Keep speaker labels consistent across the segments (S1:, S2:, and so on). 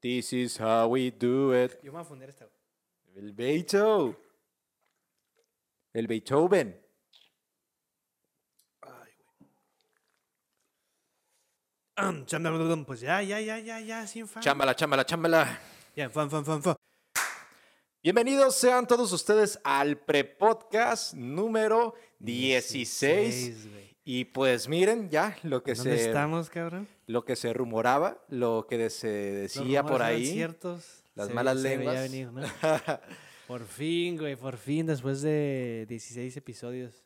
S1: This is how we do it.
S2: Yo me voy a fundir esta. güey.
S1: El Beethoven. El Beethoven.
S2: Am, cham, dam, dam, dam. Pues ya, ya, ya, ya, ya, sin fan.
S1: Chámbala, chámbala, chámbala.
S2: Ya, fan, fan, fan, fan.
S1: Bienvenidos sean todos ustedes al prepodcast número 16.
S2: güey.
S1: Y pues miren ya lo que
S2: ¿Dónde
S1: se
S2: estamos, cabrón?
S1: lo que se rumoraba, lo que de- se
S2: Los
S1: decía
S2: rumores
S1: por
S2: eran
S1: ahí.
S2: ciertos.
S1: las
S2: Se-
S1: malas
S2: se veía
S1: lenguas.
S2: venir, ¿no? Por fin, güey, por fin, después de 16 episodios.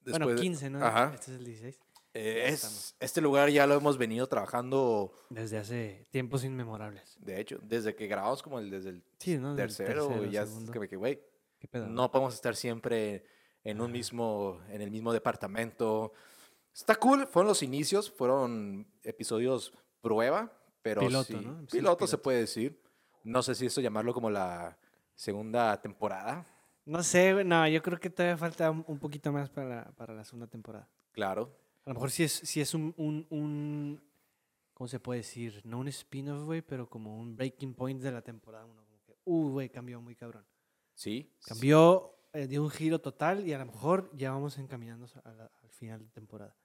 S2: bueno,
S1: Después de-
S2: 15, ¿no?
S1: Ajá.
S2: Este es el 16.
S1: Eh,
S2: Ya
S1: es-
S2: estamos.
S1: este lugar ya lo hemos venido trabajando,
S2: Desde hace tiempos inmemorables.
S1: de hecho, desde que grabamos como el desde el
S2: Sí, ¿no? Desde el
S1: tercero, güey, ya es
S2: segundo.
S1: que me quedé, güey,
S2: ¿Qué pedo?
S1: no podemos estar siempre en un mismo, en el mismo departamento. Está cool, fueron los inicios, fueron episodios prueba, pero
S2: Piloto,
S1: sí,
S2: ¿no? Episodios
S1: piloto se
S2: piloto.
S1: puede decir. No sé si eso llamarlo como la segunda temporada,
S2: No sé, güey, no, yo creo que todavía falta un un poquito más para, para la segunda temporada.
S1: claro.
S2: A lo mejor sí es, sí es un, un, un- ¿Cómo se puede decir? No un spin-off, güey, pero como un breaking point de la temporada 1. Como que, uh, güey, cambió muy cabrón.
S1: Sí. sí.
S2: Cambió, eh, dio un giro total y a lo mejor ya vamos encaminándonos a la- al final de temporada.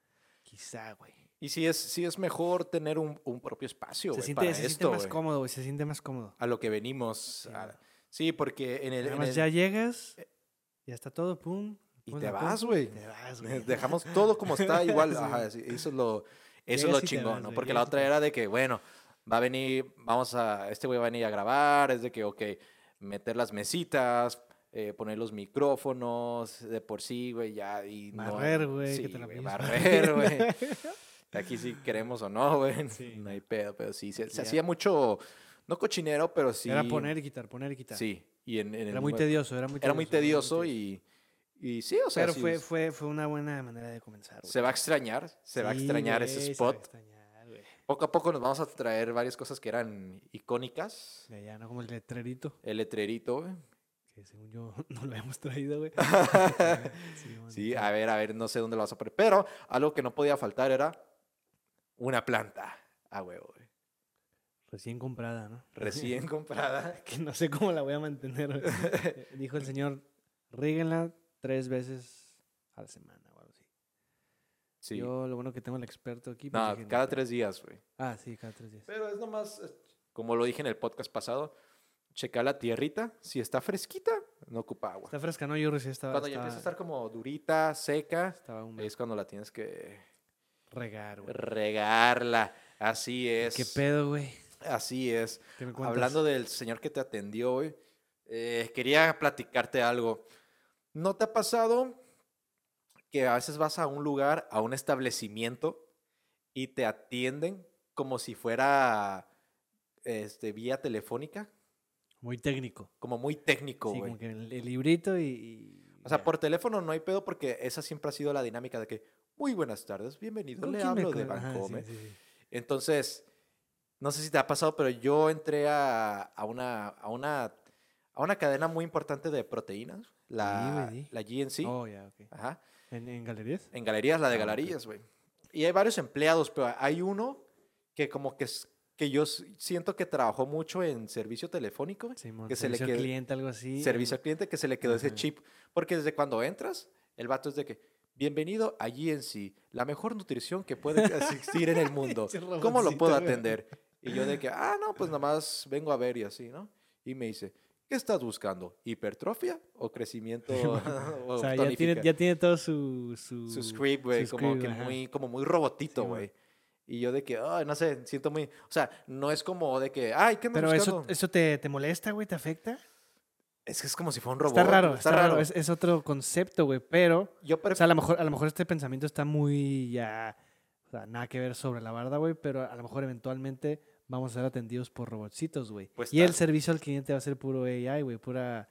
S2: Quizá, güey.
S1: Y sí es, sí es mejor tener un, un propio espacio,
S2: Se,
S1: güey,
S2: siente,
S1: para
S2: se siente
S1: esto,
S2: más
S1: güey,
S2: cómodo, güey. Se siente más cómodo.
S1: a lo que venimos.
S2: Sí,
S1: a-
S2: güey.
S1: sí, porque en el... en
S2: Además,
S1: el- eh,
S2: ya llegas, ya está todo, pum.
S1: Y
S2: pones
S1: te
S2: la compu
S1: vas, güey.
S2: y Te vas, güey.
S1: Dejamos todo como está, igual.
S2: Sí.
S1: ajá, sí, eso es lo, eso es
S2: Llegas
S1: lo
S2: y te
S1: chingón,
S2: vas,
S1: ¿no?
S2: güey,
S1: Porque la
S2: llegas y te
S1: otra era de que, bueno, va a venir, vamos a, este güey va a venir a grabar, es de que, ok, meter las mesitas, eh, poner los micrófonos, de por sí, güey, ya. Y no-
S2: Barrer, güey, que
S1: sí,
S2: te la
S1: güey,
S2: pillas
S1: barrer, güey.
S2: barriendo.
S1: Aquí sí queremos o no, güey.
S2: Sí,
S1: no
S2: no.
S1: hay pedo, pero sí, se, se
S2: ya-
S1: hacía mucho, no cochinero, pero sí.
S2: Era poner y quitar, poner y quitar.
S1: Sí, y en, en el
S2: Era muy
S1: mismo-
S2: tedioso, era muy tedioso.
S1: Era muy tedioso y, y sí, o sea,
S2: Pero
S1: sí,
S2: fue, fue, fue una buena manera de comenzar. güey.
S1: se va a extrañar, se va a
S2: Sí,
S1: extrañar
S2: güey,
S1: ese
S2: se va a
S1: spot.
S2: extrañar, güey.
S1: Poco a poco nos vamos a traer varias cosas que eran icónicas.
S2: De allá, ¿no? Como el letrerito,
S1: El letrerito, güey.
S2: que según yo no lo habíamos traído, güey. sí, man,
S1: Sí, ah,
S2: sí.
S1: a ver, a ver, no sé dónde lo vas a poner. Pero algo que no podía faltar era una planta. A huevo, güey.
S2: Recién comprada, ¿no?
S1: Recién comprada.
S2: que no sé cómo la voy a mantener. güey. Dijo el señor, ríguenla tres veces a la semana o algo así.
S1: Sí.
S2: Yo, lo bueno que tengo el experto aquí. pues
S1: No,
S2: dije,
S1: cada
S2: pero-
S1: tres días, güey.
S2: Ah, sí, cada tres días.
S1: Pero es nomás, eh, como lo dije en el podcast pasado, checar la tierrita. Si está fresquita, no ocupa agua.
S2: Está fresca, ¿no? Yo recién estaba...
S1: Cuando ya empieza a estar como durita, seca,
S2: Estaba húmeda.
S1: es cuando la tienes que
S2: Regar, güey.
S1: regarla. Así es.
S2: ¿Qué pedo, güey?
S1: Así es.
S2: ¿Qué me cuentas?
S1: Hablando del señor que te atendió hoy, eh, quería platicarte algo. ¿No te ha pasado que a veces vas a un lugar, a un establecimiento, y te atienden como si fuera este, vía telefónica?
S2: Muy técnico.
S1: Como muy técnico,
S2: sí,
S1: güey.
S2: como que el, el librito y... y
S1: O sea,
S2: ya.
S1: por teléfono no hay pedo porque esa siempre ha sido la dinámica de que, muy buenas tardes, bienvenido,
S2: ¿Con
S1: le
S2: quién me
S1: hablo de
S2: co- Ajá, sí,
S1: Bancome.
S2: sí, sí.
S1: Entonces, no sé si te ha pasado, pero yo entré a, a una, a, una, a una cadena muy importante de proteínas, la,
S2: güey, sí.
S1: la GNC,
S2: Oh, ya, ok.
S1: ajá,
S2: ¿En, en galerías?
S1: en galerías, la de
S2: Ah, ok.
S1: galerías, güey. Y hay varios empleados, pero hay uno que como que, es- que yo s- siento que trabajó mucho en servicio telefónico, güey,
S2: Simón,
S1: que se le
S2: servicio
S1: quede-
S2: al cliente, algo así.
S1: servicio
S2: algo-
S1: al cliente, que se le quedó ese
S2: Ajá.
S1: chip. Porque desde cuando entras, el vato es de que, bienvenido a GNC, la mejor nutrición que puede existir en el mundo.
S2: Pinche
S1: ¿Cómo lo
S2: robotcito,
S1: puedo
S2: güey.
S1: atender? Y yo de que, ah, no, pues nada más vengo a ver y así, ¿no? Y me dice, ¿qué estás buscando? ¿Hipertrofia o crecimiento? o
S2: O sea, ya tiene,
S1: tonifica?"
S2: ya tiene todo su... Su,
S1: su script, güey,
S2: su
S1: como
S2: script,
S1: que
S2: ajá.
S1: muy, como muy robotito,
S2: Sí,
S1: güey.
S2: güey.
S1: y yo de que, ay, no sé, siento muy, o sea, no es como de que, ay, ¿qué me
S2: Pero
S1: buscando?
S2: eso, eso te, te molesta, güey, te afecta.
S1: Es que es como si fuera un robot.
S2: está raro,
S1: está raro.
S2: Es, es otro concepto, güey, pero...
S1: Yo
S2: O sea, a lo, mejor, a lo mejor este pensamiento está muy ya... O sea, nada que ver sobre la barda, güey, pero a lo mejor eventualmente vamos a ser atendidos por robotcitos, güey.
S1: Pues
S2: y el
S1: tal.
S2: servicio al cliente va a ser puro AI, güey, pura...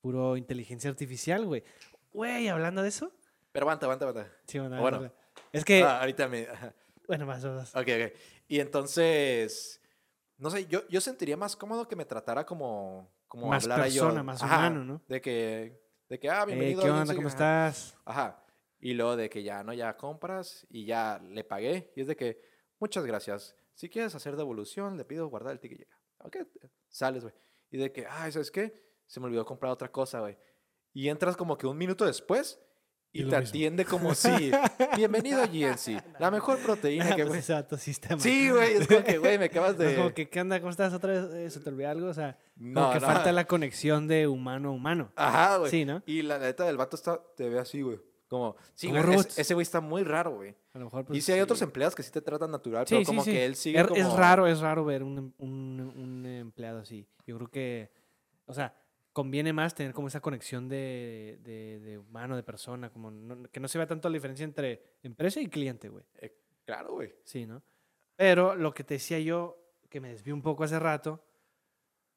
S2: Puro inteligencia artificial, güey. Güey, hablando de eso...
S1: Pero aguanta, aguanta, aguanta.
S2: Sí, bueno,
S1: Bueno.
S2: bueno. Es que,
S1: Ah, ahorita me. ajá.
S2: bueno, más o menos.
S1: Ok, ok. Y entonces. No sé, yo, yo sentiría más cómodo que me tratara como. como
S2: Más
S1: hablara yo.
S2: persona, más humano, ¿no?
S1: De que. De que, ah,
S2: Eh,
S1: bienvenido.
S2: ¿Qué
S1: yo no
S2: onda?
S1: sé
S2: ¿Cómo
S1: qué, ajá.
S2: estás?
S1: Ajá. Y luego de que ya, ¿no? Ya compras y ya le pagué. Y es de que, muchas gracias. Si quieres hacer devolución, le pido guardar el ticket y llega. Ok, sales, güey. Y de que, ay, ¿sabes qué? Se me olvidó comprar otra cosa, güey. Y entras como que un minuto después
S2: Y
S1: y,
S2: lo
S1: te
S2: mismo.
S1: atiende como si, bienvenido a GNC, la mejor proteína que,
S2: pues
S1: güey.
S2: ese vato sí está mal.
S1: Sí, güey, es como que, güey, me acabas
S2: No,
S1: de...
S2: como que, ¿qué onda? ¿Cómo estás otra vez? Eh, ¿Se te olvidó algo? O sea, como
S1: No,
S2: que
S1: no.
S2: falta la conexión de humano a humano.
S1: Ajá, güey.
S2: Sí, ¿no?
S1: Y la neta del vato está, te ve así, güey. Como, sí,
S2: Como
S1: güey, es-
S2: robots.
S1: ese güey está muy raro, güey.
S2: A lo mejor,
S1: y
S2: pues,
S1: si hay
S2: sí.
S1: otros empleados que sí te tratan natural,
S2: Sí,
S1: pero
S2: sí,
S1: como
S2: sí. Er,
S1: que él sigue
S2: Es-
S1: como...
S2: Es raro, es raro ver un, em- un- un empleado así. Yo creo que, o sea, conviene más tener como esa conexión de, de- de humano, de persona, como no- que no se vea tanto la diferencia entre empresa y cliente, güey.
S1: Claro, güey.
S2: Sí, ¿no? Pero lo que te decía yo, que me desvié un poco hace rato,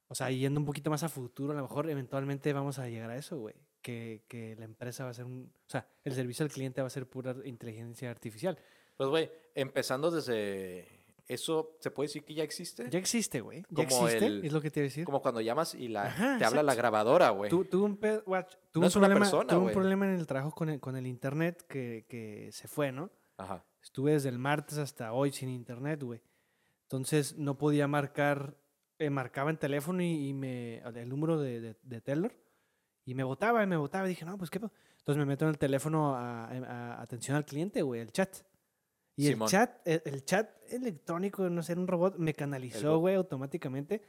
S2: o sea, yendo un poquito más a futuro, a lo mejor eventualmente vamos a llegar a eso, güey. Que, que la empresa va a ser un... O sea, el servicio al cliente va a ser pura inteligencia artificial.
S1: Pues, güey, empezando desde... ¿Eso se puede decir que ya existe?
S2: Ya existe, güey. Ya
S1: Como
S2: existe,
S1: el-
S2: es lo que te iba a decir.
S1: Como cuando llamas y la,
S2: Ajá,
S1: te habla la
S2: exacto.
S1: grabadora, güey.
S2: Tu- tuve un, pe- guach, tuve un
S1: es una
S2: problema,
S1: persona,
S2: tuve un
S1: güey.
S2: problema en el trabajo con el, con el internet que, que se fue, ¿no?
S1: Ajá.
S2: Estuve desde el martes hasta hoy sin internet, güey. Entonces no podía marcar, eh, marcaba en teléfono y, y me, el número de, de, de Taylor y me votaba y me votaba. Dije, no, pues qué. po-". Entonces me meto en el teléfono a, a- a atención al cliente, güey, el chat. Y
S1: Simón.
S2: el chat, el, el chat electrónico, no sé, era un robot, me canalizó,
S1: bot.
S2: güey, automáticamente.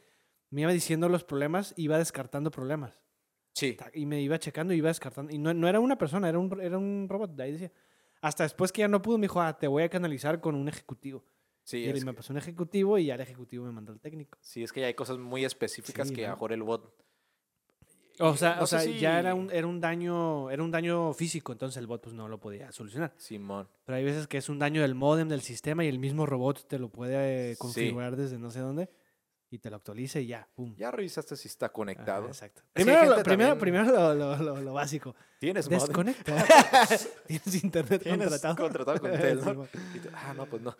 S2: Me iba diciendo los problemas, iba descartando problemas.
S1: Sí.
S2: Ta- Y me iba checando, iba descartando. Y no, no era una persona, era un, ro- era un robot. de ahí decía. Hasta después que ya no pudo, me dijo, ah, te voy a canalizar con un ejecutivo.
S1: Sí
S2: y él
S1: es,
S2: me
S1: que,
S2: pasó un ejecutivo y ya el ejecutivo me mandó al técnico.
S1: sí, es que ya hay cosas muy específicas
S2: Sí,
S1: que a
S2: ¿no?
S1: lo mejor el bot...
S2: O sea,
S1: no
S2: o
S1: sé
S2: sea ya era
S1: si-
S2: un, era un daño era un daño físico, entonces el bot pues no lo podía solucionar.
S1: Simón.
S2: Pero hay veces que es un daño del modem, del sistema, y el mismo robot te lo puede eh,
S1: Sí.
S2: configurar desde no sé dónde y te lo actualiza y ya, pum.
S1: Ya revisaste si está
S2: Ajá,
S1: conectado.
S2: Ah, exacto.
S1: hay
S2: Primero, lo,
S1: gente
S2: primero,
S1: también-
S2: primero lo, lo- lo- lo básico.
S1: Tienes modem?
S2: Desconecta. Tienes internet
S1: Pues Tienes
S2: contratado.
S1: contratado con Telcel, ¿no?
S2: Simón.
S1: Y tú, ah, no, pues no.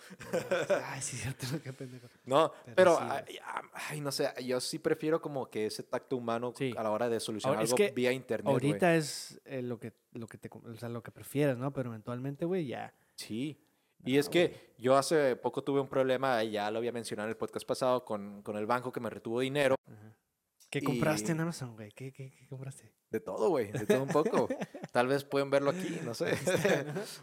S2: Ay, sí, cierto, qué pendejo.
S1: No,
S2: Pero
S1: pero,
S2: sí, güey.
S1: ay, am- ay, no sé, yo sí prefiero como que ese tacto humano
S2: Sí.
S1: a la hora de solucionar
S2: Ahora, es
S1: algo
S2: que
S1: vía internet. güey.
S2: Ahorita es eh, lo que lo que te com- o sea, lo que prefieras, ¿no? Pero eventualmente, güey, ya.
S1: Sí. Y
S2: No,
S1: es que yo hace poco tuve un problema, ya lo había mencionado en el podcast pasado, con, con el banco que me retuvo dinero.
S2: Ajá. ¿Qué compraste en
S1: Y-
S2: Amazon, güey? ¿Qué, qué, qué compraste?
S1: De todo, güey, de todo un poco. Tal vez pueden verlo aquí, no sé.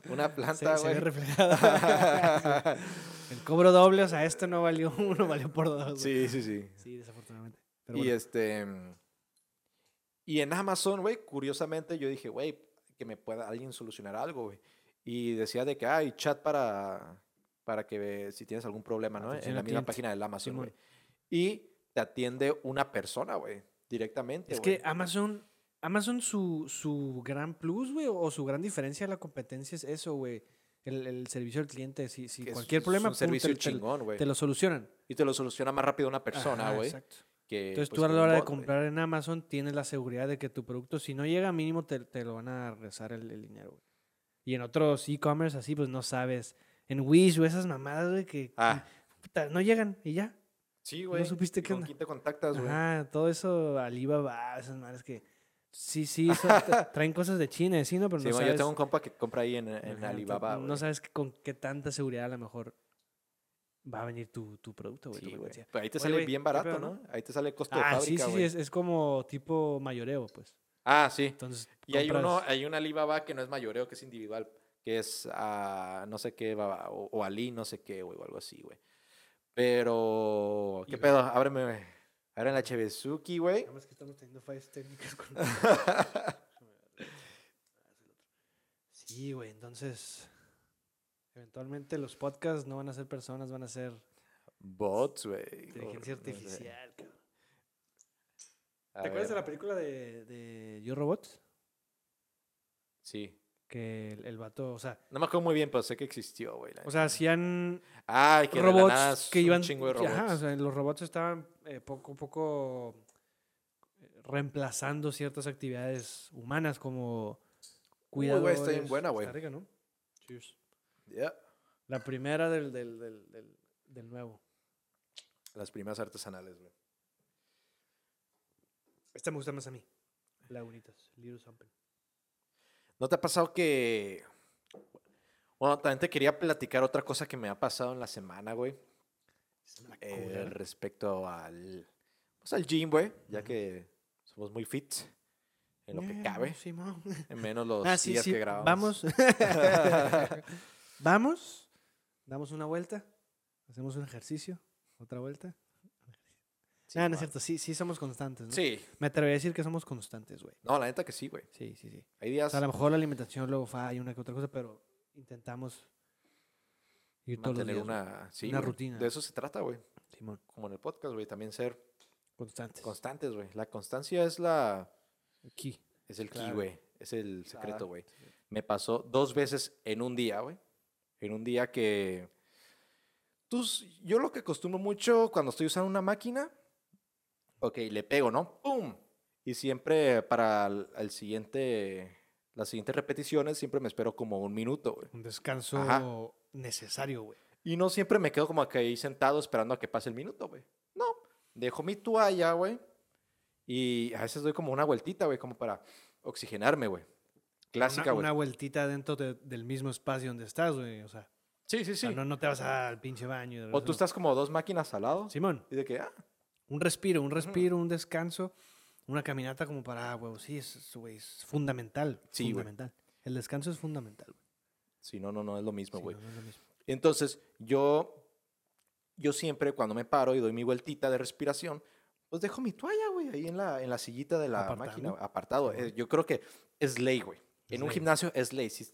S1: Una planta,
S2: Se, se ve
S1: güey.
S2: reflejado. El cobro doble, o sea, esto no valió uno, valió por dos.
S1: sí,
S2: güey.
S1: sí, sí.
S2: Sí, desafortunadamente.
S1: Y
S2: Pero bueno,
S1: este. mm, Y en Amazon, güey, curiosamente yo dije, güey, que me pueda alguien solucionar algo, güey. Y decía de que hay chat para, para que ve- si tienes algún problema, ¿no?
S2: Atención
S1: En la
S2: al
S1: misma
S2: cliente.
S1: página del Amazon,
S2: Simón.
S1: güey. Y te atiende una persona, güey, directamente.
S2: es
S1: este, güey.
S2: que ah, Amazon, Amazon su, su gran plus, güey, o su gran diferencia de la competencia es eso, güey. El, el servicio al cliente. Si, si
S1: Que es-
S2: cualquier
S1: es
S2: problema,
S1: un
S2: pum, te-
S1: servicio
S2: te,
S1: chingón, güey.
S2: te lo solucionan.
S1: Y te lo soluciona más rápido una persona,
S2: Ajá,
S1: güey.
S2: Exacto.
S1: que,
S2: Entonces
S1: pues,
S2: tú a
S1: que
S2: la
S1: un
S2: hora de
S1: bot, güey.
S2: comprar en Amazon tienes la seguridad de que tu producto, si no llega mínimo, te, te lo van a regresar el, el dinero. güey. Y en otros e-commerce así, pues no sabes. En Wish o esas mamadas, güey, que
S1: Ah,
S2: que, puta, no llegan y ya.
S1: sí, güey.
S2: supiste
S1: ¿Y
S2: qué
S1: con
S2: onda?
S1: quién te contactas, güey?
S2: Ajá, todo eso, Alibaba, esas madres que... Sí, sí, son- tra- traen cosas de China, y sí, ¿no? Pero
S1: Sí,
S2: pues no
S1: güey,
S2: sabes...
S1: yo tengo un compa que compra ahí en, en
S2: ajá, entonces
S1: Alibaba, güey.
S2: No sabes que- con qué tanta seguridad a lo mejor va a venir tu, tu producto, güey. tu
S1: Sí, güey.
S2: mercancía.
S1: Pero ahí te
S2: Oye,
S1: sale
S2: güey,
S1: bien
S2: qué
S1: barato,
S2: pedo,
S1: ¿no?
S2: ¿no?
S1: Ahí te sale costo de
S2: Ah, sí,
S1: fábrica,
S2: sí, sí,
S1: güey.
S2: es, es como tipo mayoreo, pues.
S1: Ah, sí.
S2: Entonces,
S1: Y hay uno, eh,
S2: compras-
S1: hay un Alibaba que no es mayoreo, que es individual, que es ah, no sé qué, baba, o, o Ali, no sé qué, güey, o algo así, güey. Pero, ¿qué
S2: Híjole.
S1: pedo? Ábreme, güey. Ábreme la Chevesuki, güey.
S2: Nada más que estamos teniendo fallas técnicas con... sí, güey, entonces... Eventualmente los podcasts no van a ser personas, van a ser
S1: Bots, güey.
S2: inteligencia
S1: por- no sé.
S2: artificial. cabrón.
S1: A
S2: ¿Te acuerdas de
S1: ver,
S2: la película de, de Yo Robot?
S1: Sí.
S2: Que el, el vato, o sea,
S1: No me acuerdo muy bien, pero sé que existió, güey. la
S2: o sea,
S1: neta.
S2: hacían
S1: Ay, que de la nada
S2: robots
S1: es
S2: que
S1: un
S2: iban...
S1: chingo de
S2: que, ajá,
S1: robots.
S2: o sea, los robots estaban eh, poco a poco eh, reemplazando ciertas actividades humanas como
S1: Uy, Uh, güey,
S2: cuidadores.
S1: está bien buena, güey.
S2: Está rica, ¿no? Cheers.
S1: Ya,
S2: La primera del, del, del, del, del nuevo.
S1: Las primeras artesanales, güey.
S2: Esta me gusta más a mí. Lagunitas, Little Something.
S1: ¿No te ha pasado que... Bueno, también te quería platicar otra cosa que me ha pasado en la semana, güey.
S2: Esta me la
S1: eh,
S2: cura.
S1: respecto al... pues, al gym, güey, ya
S2: Ujú.
S1: que somos muy fit en lo que
S2: Eh,
S1: cabe,
S2: Simón.
S1: en menos los
S2: Ah, sí,
S1: días
S2: sí.
S1: que grabamos.
S2: Vamos. Ah, Vamos. Damos una vuelta. Hacemos un ejercicio. Otra vuelta.
S1: Sí,
S2: ah, no es
S1: va.
S2: cierto. Sí, sí somos constantes, ¿no?
S1: Sí,
S2: Me atrevería a decir que somos constantes, güey.
S1: no, la neta que sí, güey.
S2: Sí, sí, sí.
S1: Hay días
S2: O sea, a lo mejor la alimentación luego falla una que otra cosa, pero intentamos ir todos los
S1: mantener
S2: días, güey.
S1: una, sí,
S2: Una
S1: güey.
S2: rutina.
S1: De eso se trata, güey.
S2: Simón,
S1: Como en el podcast, güey, también ser
S2: constantes.
S1: constantes, güey. La constancia es la
S2: Aquí.
S1: es el key,
S2: Claro.
S1: güey. Es el secreto,
S2: Claro.
S1: güey. Me pasó dos veces en un día, güey. En un día que... Tú, s- yo lo que acostumbro mucho cuando estoy usando una máquina, ok, le pego, ¿no? ¡Pum! Y siempre para el, el siguiente, las siguientes repeticiones, siempre me espero como un minuto, güey.
S2: Un descanso necesario, güey.
S1: Y no siempre me quedo como que ahí sentado esperando a que pase el minuto, güey. No, dejo mi toalla, güey. Y a veces doy como una vueltita, güey, como para oxigenarme, güey. Clásica,
S2: una,
S1: güey.
S2: una vueltita dentro de- del mismo espacio donde estás, güey. O sea,
S1: Sí, sí,
S2: o
S1: sí.
S2: sea, no, no te vas al pinche baño. y de
S1: O tú
S2: regreso.
S1: estás como dos máquinas al lado.
S2: Simón,
S1: Y de que, ah,
S2: un respiro, un respiro, un descanso, una caminata como para, ah, güey, sí, es, es, güey, es fundamental.
S1: Sí, güey.
S2: fundamental. El descanso es fundamental, güey.
S1: sí, no, no, no, es lo mismo,
S2: Sí,
S1: güey.
S2: no, no es lo mismo.
S1: Entonces, yo, yo siempre cuando me paro y doy mi vueltita de respiración, pues dejo mi toalla, güey, ahí en la, en la sillita de la
S2: Apartado.
S1: máquina, güey, apartado.
S2: Sí,
S1: Eh,
S2: güey.
S1: yo creo que es ley, güey. En
S2: Es
S1: un
S2: ley.
S1: gimnasio es ley. Si-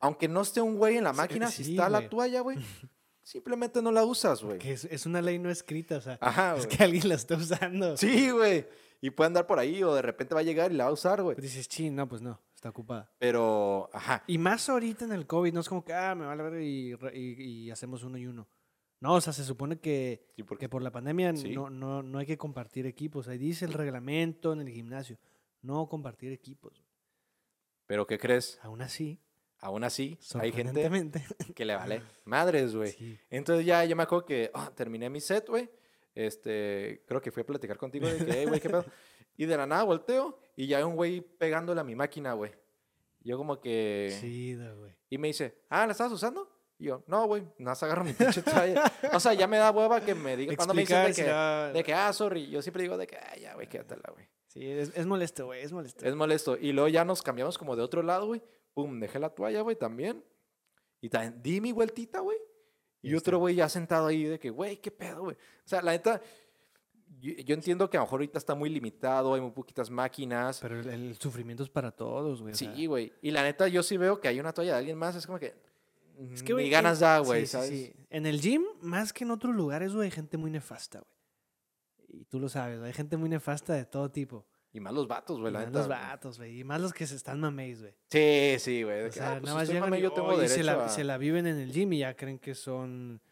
S1: aunque no esté un güey en la
S2: Sí,
S1: máquina, si
S2: sí,
S1: está la
S2: güey.
S1: toalla, güey, simplemente no la usas,
S2: Que
S1: güey.
S2: es, es una ley no escrita, o sea,
S1: Ajá,
S2: es
S1: güey.
S2: que alguien la está usando.
S1: Sí, güey. Y puede andar por ahí o de repente va a llegar y la va a usar, güey.
S2: Pues dices, ching, no, pues no, está ocupada.
S1: Pero, ajá.
S2: Y más ahorita en el COVID, no es como que, ah, me vale ver y, re- y- y hacemos uno y uno. No, o sea, se supone que,
S1: Sí, porque-
S2: que por la pandemia
S1: Sí.
S2: no, no, no hay que compartir equipos. Ahí dice el reglamento en el gimnasio, no compartir equipos.
S1: Pero, ¿qué crees?
S2: Aún así,
S1: Aún así, hay gente
S2: sorprendentemente, Ah.
S1: que le vale madres, güey.
S2: sí.
S1: Entonces ya yo me acuerdo que ah, terminé mi set, güey. Este, creo que fui a platicar contigo de que, "Ey, güey, qué pedo. Y de la nada volteo y ya hay un güey pegándole a mi máquina, güey. Yo como que...
S2: Chido, güey.
S1: Y me dice, ah, ¿la estabas usando? Y yo, no, güey, nada más agarro mi pinche toalla. o sea, ya me da hueva que me diga cuando me dicen de
S2: Explicar,
S1: que,
S2: si la-
S1: de que, ah, sorry. Yo siempre digo de que, ah, ya, güey, quédatela, güey.
S2: Sí, es, es molesto, güey, es molesto.
S1: Es molesto. Y luego ya nos cambiamos como de otro lado, güey. Pum, dejé la toalla, güey, también. Y también di mi vueltita, güey.
S2: Y
S1: Y
S2: ahí está.
S1: otro güey ya sentado ahí de que, güey, qué pedo, güey. O sea, la neta, yo, yo entiendo que a lo mejor ahorita está muy limitado, hay muy poquitas máquinas.
S2: Pero el, el sufrimiento es para todos, güey. o sea,
S1: sí, güey. Y la neta, yo sí veo que hay una toalla de alguien más. Es como que.
S2: Es
S1: Es
S2: que,
S1: que, ni
S2: güey,
S1: ganas
S2: en-
S1: da,
S2: sí,
S1: güey,
S2: sí,
S1: ¿sabes?
S2: sí. En el gym, más que en otros lugares, güey, hay gente muy nefasta, güey. Y tú lo sabes, hay gente muy nefasta de todo tipo.
S1: Y más los vatos,
S2: Y
S1: güey, la
S2: más
S1: neta.
S2: los vatos, güey. Y más los que se están mameis, güey.
S1: Sí, sí, güey. de
S2: O
S1: que, ah,
S2: sea,
S1: pues si
S2: nada más
S1: estoy
S2: llegan
S1: mame,
S2: y,
S1: yo tengo
S2: "Oh", y
S1: derecho
S2: se la,
S1: a-
S2: se la viven en el gym y ya creen que son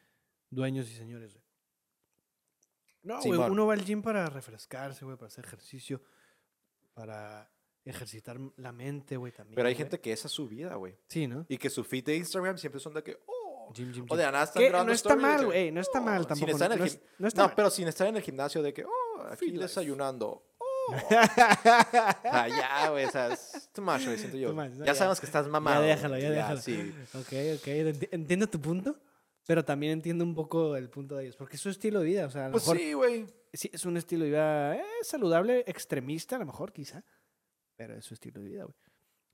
S2: dueños y señores, güey. No, güey,
S1: Simón.
S2: uno va al gym para refrescarse, güey, para hacer ejercicio, para ejercitar la mente, güey, también.
S1: Pero hay
S2: güey.
S1: gente que esa es su vida, güey.
S2: Sí, ¿no?
S1: Y que su feed de Instagram siempre son de que, oh,
S2: Gym, gym,
S1: O
S2: gym.
S1: de la nada están
S2: Que
S1: grabando
S2: no está
S1: story de
S2: mal,
S1: que,
S2: güey, no está
S1: "Oh",
S2: mal
S1: sin
S2: tampoco.
S1: estar en el
S2: no,
S1: gim-
S2: es- no está
S1: No,
S2: mal.
S1: pero sin estar en el gimnasio de que, oh, aquí
S2: Fit life.
S1: desayunando. Oh. Ah, ya, güey, o sea, es too much, güey, siento yo.
S2: Too much, no,
S1: ya,
S2: ya.
S1: sabemos que estás mamado. güey,
S2: déjalo, ya déjalo.
S1: sí.
S2: Ok, ok, enti- entiendo tu punto, pero también entiendo un poco el punto de ellos, porque es su estilo de vida, o sea, a lo
S1: Pues
S2: mejor
S1: sí, güey.
S2: sí, es un estilo de vida eh, saludable, extremista a lo mejor quizá, pero es su estilo de vida, güey.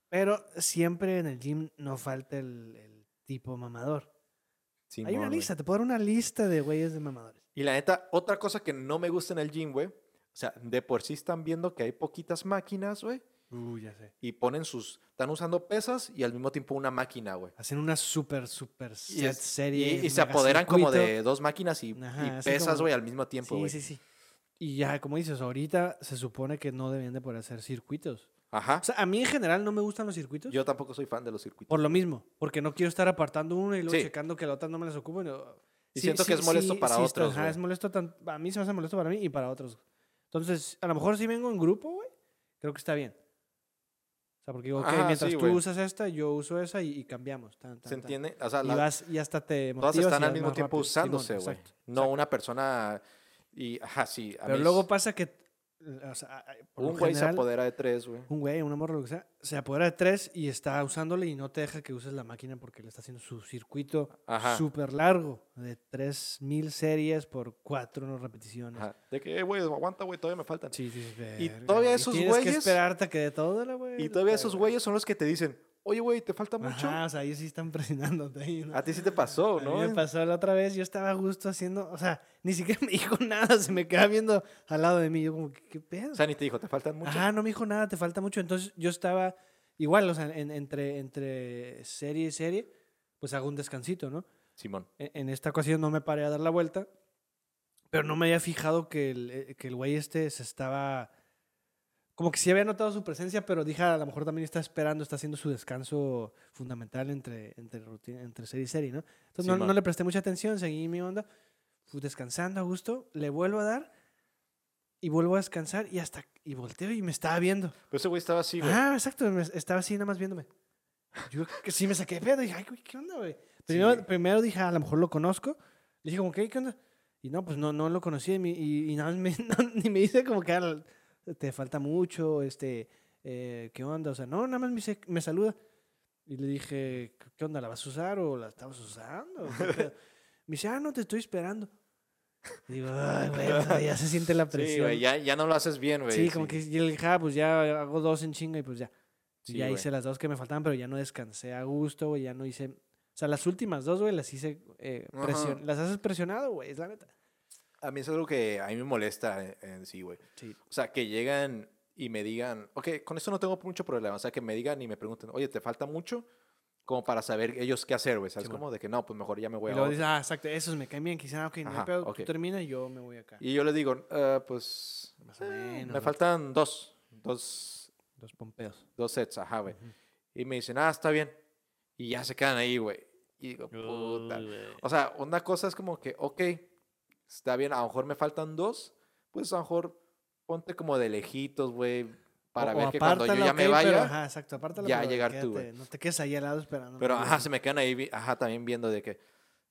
S2: Pero siempre en el gym no falta el, el tipo mamador. Hay
S1: Simón,
S2: una
S1: güey.
S2: lista, te puedo dar una lista de güeyes de mamadores.
S1: Y la neta, otra cosa que no me gusta en el gym, güey. O sea, de por sí están viendo que hay poquitas máquinas, güey.
S2: Uy, ya sé.
S1: Y ponen sus. Están usando pesas y al mismo tiempo una máquina, güey.
S2: Hacen una super, super
S1: Y,
S2: set
S1: es-
S2: serie.
S1: y- y se apoderan como
S2: megacircuito.
S1: de dos máquinas y, y
S2: Ajá, así
S1: pesas,
S2: como-
S1: güey, al mismo tiempo, güey.
S2: Sí, sí, sí. Y ya, como dices, ahorita se supone que no deben de poder hacer circuitos.
S1: Ajá.
S2: O sea, a mí en general no me gustan los circuitos.
S1: Yo tampoco soy fan de los circuitos.
S2: Por lo mismo, porque no quiero estar apartando una y luego
S1: Sí.
S2: checando que la otra no me las ocupen. o-
S1: Y siento que es molesto para
S2: está-
S1: otros,
S2: ajá,
S1: güey.
S2: es molesto tan- a mí se me hace molesto para mí y para otros. Entonces, a lo mejor si vengo en grupo, güey, creo que está bien. O sea, porque digo, ok,
S1: Ajá,
S2: mientras
S1: sí,
S2: tú
S1: güey.
S2: usas esta, yo uso esa y, y cambiamos. tan, tan,
S1: ¿Se
S2: tan.
S1: entiende? O sea,
S2: Y,
S1: la-
S2: vas, y hasta te
S1: todas
S2: motivas y
S1: están al
S2: vas
S1: mismo
S2: más
S1: tiempo
S2: rápido. Simón,
S1: usándose, güey.
S2: exacto,
S1: No una persona y ajá, sí, a
S2: Pero
S1: mí
S2: luego
S1: es-
S2: pasa que eh, o sea, a- a- por
S1: Un
S2: lo
S1: güey se
S2: general,
S1: apodera de tres, güey.
S2: Un güey, una morra, lo que sea, se apodera de tres y está usándole y no te deja que uses la máquina porque le está haciendo su circuito
S1: Ajá.
S2: súper largo de 3000 series por cuatro no repeticiones.
S1: Ajá. De que, eh, güey, aguanta, güey, todavía me faltan.
S2: Sí, sí,
S1: Y
S2: verga,
S1: todavía
S2: güey.
S1: esos
S2: Tienes que
S1: güeyes-
S2: esperarte a que de todo la güey.
S1: Y todavía
S2: puta,
S1: esos güeyes son los que te dicen, oye, güey, ¿te falta mucho?
S2: Ajá, o sea, ellos sí están presionándote ahí, ¿no?
S1: A ti sí te pasó,
S2: A
S1: ¿no?
S2: mí me pasó la otra vez, yo estaba a gusto haciendo, o sea, ni siquiera me dijo nada, se me quedaba viendo al lado de mí, yo como, ¿qué, qué pedo?
S1: O sea, ni te dijo, ¿te faltan mucho?
S2: Ajá, no me dijo nada, te falta mucho, entonces yo estaba igual, o sea, en- entre, entre serie y serie, pues hago un descansito, ¿no?
S1: Simón.
S2: En, e-, en esta ocasión no me paré a dar la vuelta, pero no me había fijado que el, eh, que el güey este se estaba... Como que sí había notado su presencia, pero dije, "Ah, a lo mejor también está esperando, está haciendo su descanso fundamental entre, entre, rutina- entre serie y serie, ¿no? Entonces no,
S1: Simón.
S2: no le presté mucha atención, seguí mi onda, fui descansando a gusto, le vuelvo a dar y vuelvo a descansar y hasta... Y volteo y me estaba viendo.
S1: Pero ese güey estaba así, güey.
S2: Ah, exacto, me- estaba así nada más viéndome. Yo que sí me saqué de pedo, dije, ay, güey, ¿qué onda, güey? Primero,
S1: Sí.
S2: primero dije, "Ah, a lo mejor lo conozco. Le dije, como, ¿qué, qué onda? Y no, pues no, no lo conocí y, me- y- y nada más me, no, ni me dice como que "Ah, te falta mucho, este, eh, ¿qué onda? O sea, no, nada más me, dice- me saluda. Y le dije, "¿Qué- ¿qué onda? ¿La vas a usar o la estabas usando? ¿Qué pedo?". me dice, ah, no, te estoy esperando. Y digo, ay, güey, o sea, ya se siente la presión.
S1: Sí, güey, ya, ya no lo haces bien, güey.
S2: Sí, como que yo le dije, ah, pues ya hago dos en chinga y pues ya.
S1: Sí,
S2: ya
S1: güey.
S2: hice las dos que me faltaban, pero ya no descansé a gusto, güey, ya no hice... O sea, las últimas dos, güey, las hice eh, presion-
S1: Ajá.
S2: Las haces presionado, güey, es la neta.
S1: A mí es algo que a mí me molesta en, en sí, güey.
S2: Sí.
S1: O sea, que llegan y me digan, ok, con esto no tengo mucho problema. O sea, que me digan y me pregunten, oye, ¿te falta mucho? Como para saber ellos qué hacer, güey. ¿Sabes
S2: Simón.
S1: cómo? De que no, pues mejor ya me voy
S2: y
S1: a
S2: luego
S1: otro".
S2: dices, ah, exacto, esos me caen bien, quizá, ok, no hay
S1: Ajá,
S2: pedo,
S1: ok.
S2: tú termina y yo me voy acá.
S1: Y yo les digo, "Ah, pues,
S2: Más o
S1: eh,
S2: menos,
S1: me
S2: ¿no?
S1: faltan dos, dos,
S2: Los pompeos.
S1: dos sets, ajá, güey.
S2: Ujú.
S1: Y me dicen, ah, está bien. Y ya se quedan ahí, güey. Y digo, puta. O sea, una cosa es como que, ok, está bien, a lo mejor me faltan dos, pues a lo mejor ponte como de lejitos, güey, para
S2: O- o
S1: ver que cuando yo
S2: apártala,
S1: ya me
S2: ok,
S1: vaya,
S2: pero,
S1: pero,
S2: ajá, exacto, apártala,
S1: ya
S2: pero
S1: llegar tú,
S2: quédate, No te quedes ahí al lado esperando.
S1: ajá, se me quedan ahí, vi- ajá, también viendo de que,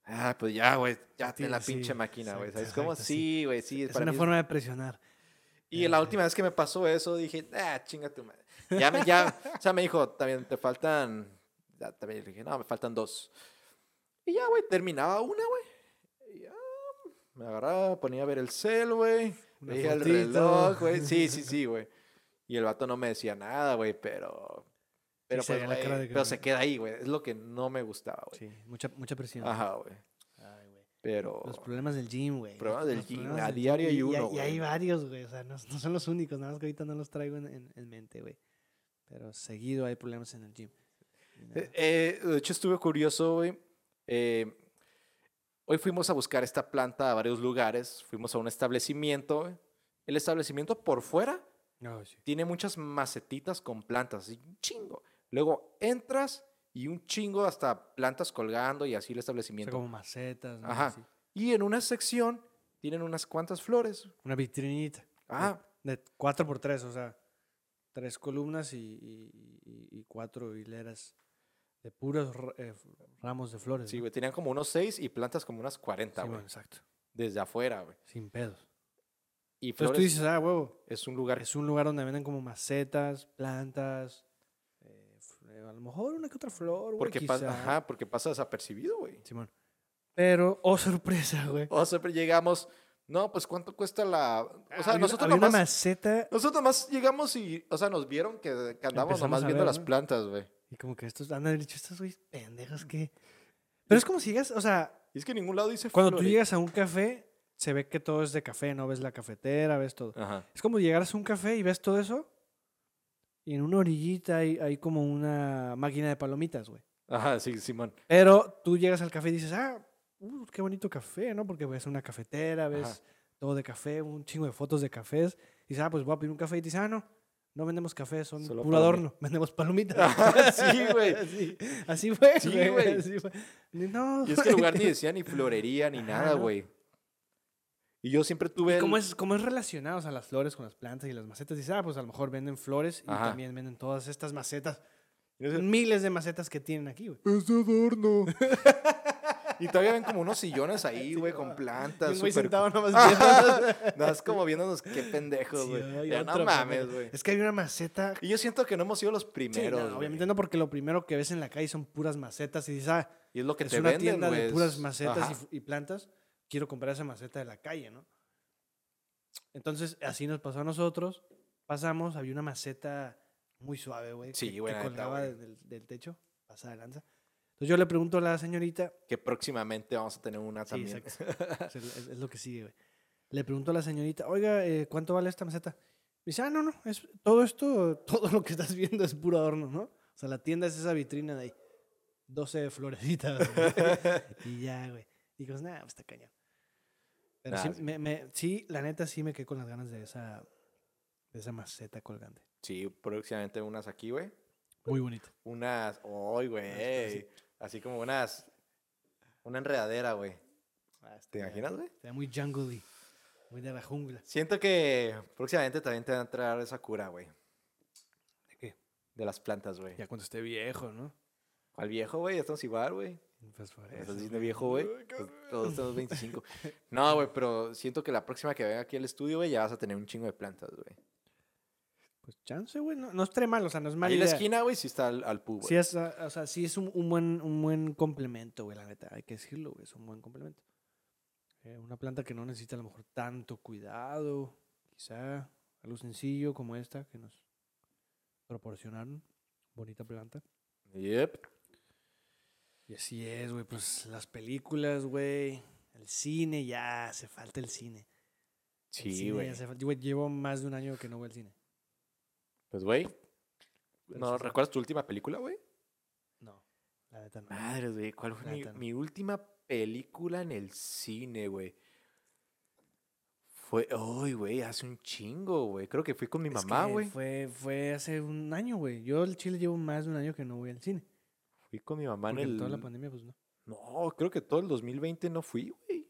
S1: ah, pues ya, güey, ya tiene la
S2: Sí,
S1: pinche
S2: sí,
S1: máquina, güey,
S2: exacto,
S1: ¿sabes cómo?
S2: exacto, sí.
S1: Sí, güey, sí,
S2: Es
S1: para
S2: una
S1: mí
S2: forma de presionar.
S1: Y
S2: Este.
S1: la última vez que me pasó eso, dije, ah, chinga tu madre. Ya, me, ya, o sea, me dijo, también te faltan, ya, también le dije, no, me faltan dos. Y ya, güey, terminaba una, güey. Y ya, me agarraba, ponía a ver el cel, güey.
S2: Una
S1: Veía el
S2: fotito.
S1: reloj, güey. Sí, sí, sí, güey. Y el vato no me decía nada, güey, pero... Pero,
S2: se
S1: pues,
S2: veía la
S1: güey,
S2: cara de que
S1: pero
S2: no-
S1: se queda ahí, güey. Es lo que no me gustaba, güey.
S2: Sí, mucha, mucha presión.
S1: Ajá, güey.
S2: Ay, güey.
S1: Pero...
S2: Los problemas del gym, güey.
S1: Oh. Problemas
S2: Los
S1: del gym,
S2: problemas
S1: a
S2: del
S1: diario hay
S2: y- y
S1: uno,
S2: Y
S1: güey.
S2: hay varios, güey. O sea, no, no son los únicos, nada más que ahorita no los traigo en, en- en mente, güey. Pero seguido hay problemas en el gym. Y nada.
S1: Eh, eh, de hecho, estuve curioso, güey. Eh, hoy fuimos a buscar esta planta a varios lugares. Fuimos a un establecimiento. güey. El establecimiento por fuera
S2: No, sí.
S1: tiene muchas macetitas con plantas. Y un chingo. Luego entras y un chingo hasta plantas colgando y así el
S2: O sea,
S1: establecimiento.
S2: como macetas, ¿no?
S1: Ajá.
S2: Así.
S1: Y en una sección tienen unas cuantas flores.
S2: Una vitrinita.
S1: Ah,
S2: De 4 por 3 o sea, tres columnas y, y, y- y cuatro hileras de puros r- eh, f- ramos de flores.
S1: sí,
S2: ¿no?
S1: güey. Tenían como unos seis y plantas como unas 40,
S2: Sí,
S1: güey.
S2: bueno, exacto.
S1: Desde afuera, güey.
S2: Sin pedos.
S1: Y
S2: Entonces
S1: flores
S2: tú dices, ah, huevo,
S1: es un lugar
S2: Es un lugar donde venden como macetas, plantas, eh, f- eh, a lo mejor una que otra flor, güey.
S1: porque,
S2: quizá.
S1: pa- ajá, porque pasa desapercibido, güey.
S2: Simón. Pero, oh sorpresa, güey.
S1: O sea, pero llegamos, no, pues cuánto cuesta la. O sea,
S2: Había una-
S1: nosotros
S2: había
S1: nomás,
S2: una maceta
S1: nosotros nomás llegamos y, o sea, nos vieron que, que andábamos
S2: Empezamos
S1: nomás
S2: a
S1: viendo
S2: ver,
S1: las
S2: ¿no?
S1: plantas, güey.
S2: y como que estos han de haber dicho estos güeyes pendejos que. Pero es como si llegas, o sea,
S1: Y es que en ningún lado dice
S2: cuando tú
S1: flores.
S2: llegas a un café, se ve que todo es de café, no ves la cafetera, ves todo.
S1: Ajá.
S2: Es como llegaras a un café y ves todo eso. Y en una orillita hay, hay como una máquina de palomitas, güey.
S1: Ajá, sí, Simón.
S2: Pero tú llegas al café y dices, ah, uh, qué bonito café, ¿no? Porque ves una cafetera, ves
S1: Ajá.
S2: todo de café, un chingo de fotos de cafés. Y dices, ah, pues voy a pedir un café. Y te dices, ah, no, no vendemos café, son
S1: Solo
S2: puro
S1: palomi-
S2: adorno, vendemos
S1: Ajá,
S2: palomitas.
S1: sí, güey.
S2: Así, así fue.
S1: Sí,
S2: güey,
S1: güey.
S2: así fue. Ni- No.
S1: Y es que el lugar ni decía ni florería ni
S2: Ajá,
S1: nada,
S2: ¿no?
S1: güey. Y yo siempre tuve.
S2: Como
S1: el-
S2: es, como es relacionado o sea, las flores con las plantas y las macetas, dices, ah, pues a lo mejor venden flores y
S1: Ajá.
S2: también venden todas estas macetas.
S1: yo decía,
S2: Miles de macetas que tienen aquí, güey.
S1: Es de adorno. Y todavía ven como unos sillones ahí, güey, con plantas.
S2: un güey
S1: súper
S2: sentado nomás viéndonos.
S1: cool. Nada, es como viéndonos qué pendejos,
S2: Sí,
S1: güey.
S2: ay,
S1: Ya, no
S2: otra
S1: mames,
S2: mamada.
S1: güey.
S2: Es que hay una maceta.
S1: Y yo siento que no hemos sido los
S2: Sí,
S1: primeros.
S2: no,
S1: güey.
S2: obviamente no, porque lo primero que ves en la calle son puras macetas y dices, ah,
S1: Y es lo que
S2: es
S1: te
S2: una
S1: venden,
S2: tienda
S1: güey.
S2: de
S1: es-
S2: puras macetas y
S1: Ajá.
S2: fu- y, plantas. Quiero comprar esa maceta de la calle, ¿no? Entonces, así nos pasó a nosotros. Pasamos, había una maceta muy suave, güey.
S1: Sí,
S2: que,
S1: güey,
S2: que
S1: la neta,
S2: colgaba
S1: güey.
S2: del, del techo, pasada de lanza. Entonces yo le pregunto a la señorita,
S1: Que próximamente vamos a tener una
S2: Sí,
S1: también.
S2: exacto. es, es- es lo que sigue, güey. Le pregunto a la señorita, oiga, eh, ¿cuánto vale esta maceta? Me dice, ah, no, no, es, todo esto, todo lo que estás viendo es puro adorno, ¿no? O sea, la tienda es esa vitrina de ahí. 12 florecitas. güey. y ya, güey. Digo, nada, pues está cañón. Pero
S1: Nah,
S2: sí,
S1: sí.
S2: me- me- sí, la neta sí me quedé con las ganas de esa, de esa maceta colgante.
S1: Sí, próximamente unas aquí, güey.
S2: Muy bonita.
S1: Unas. ¡Ay, güey! Así como unas. Una enredadera, güey. ¿Te imaginas, güey?
S2: Ah, Está muy jungly. Muy de la jungla.
S1: Siento que próximamente también te va a entrar esa cura, güey.
S2: ¿De qué?
S1: De las plantas, güey.
S2: Ya cuando esté viejo, ¿no?
S1: ¿Cuál viejo, güey? Ya estamos igual, güey.
S2: Pues por
S1: Me
S2: eso,
S1: Estás diciendo
S2: güey.
S1: viejo, güey. Pues, Todos tenemos 25. No, güey, pero siento que la próxima que venga aquí al estudio, güey, ya vas a tener un chingo de plantas, güey.
S2: Pues chance, güey. No, no estaré mal, o sea, no es mala
S1: Ahí en la
S2: idea.
S1: esquina, güey, sí está al, al pub, güey.
S2: Sí es, ah, o sea, sí es un, un buen, un buen complemento, güey, la neta. Hay que decirlo, güey, es un buen complemento. Eh, una planta que no necesita a lo mejor tanto cuidado, quizá algo sencillo como esta que nos proporcionaron. Bonita planta.
S1: Yep.
S2: Y así es, güey, pues las películas, güey, el cine, ya hace falta el cine. El cine
S1: Sí,
S2: ya
S1: güey.
S2: hace falta. Yo, güey, llevo más de un año que no voy al cine.
S1: Pues, güey.
S2: Pero
S1: ¿No
S2: sí, sí.
S1: recuerdas tu última película, güey?
S2: No, la neta no.
S1: Madres, güey. ¿Cuál fue
S2: La
S1: mi,
S2: neta, no.
S1: mi última película en el cine, güey? Fue, ay, güey, hace un chingo, güey. Creo que fui con mi
S2: Es
S1: mamá,
S2: que
S1: güey.
S2: Fue, fue hace un año, güey. Yo al Chile llevo más de un año que no voy al cine.
S1: Fui con mi mamá en
S2: Porque en
S1: el.
S2: toda la pandemia, pues no.
S1: No, creo que todo el 2020 no fui, güey.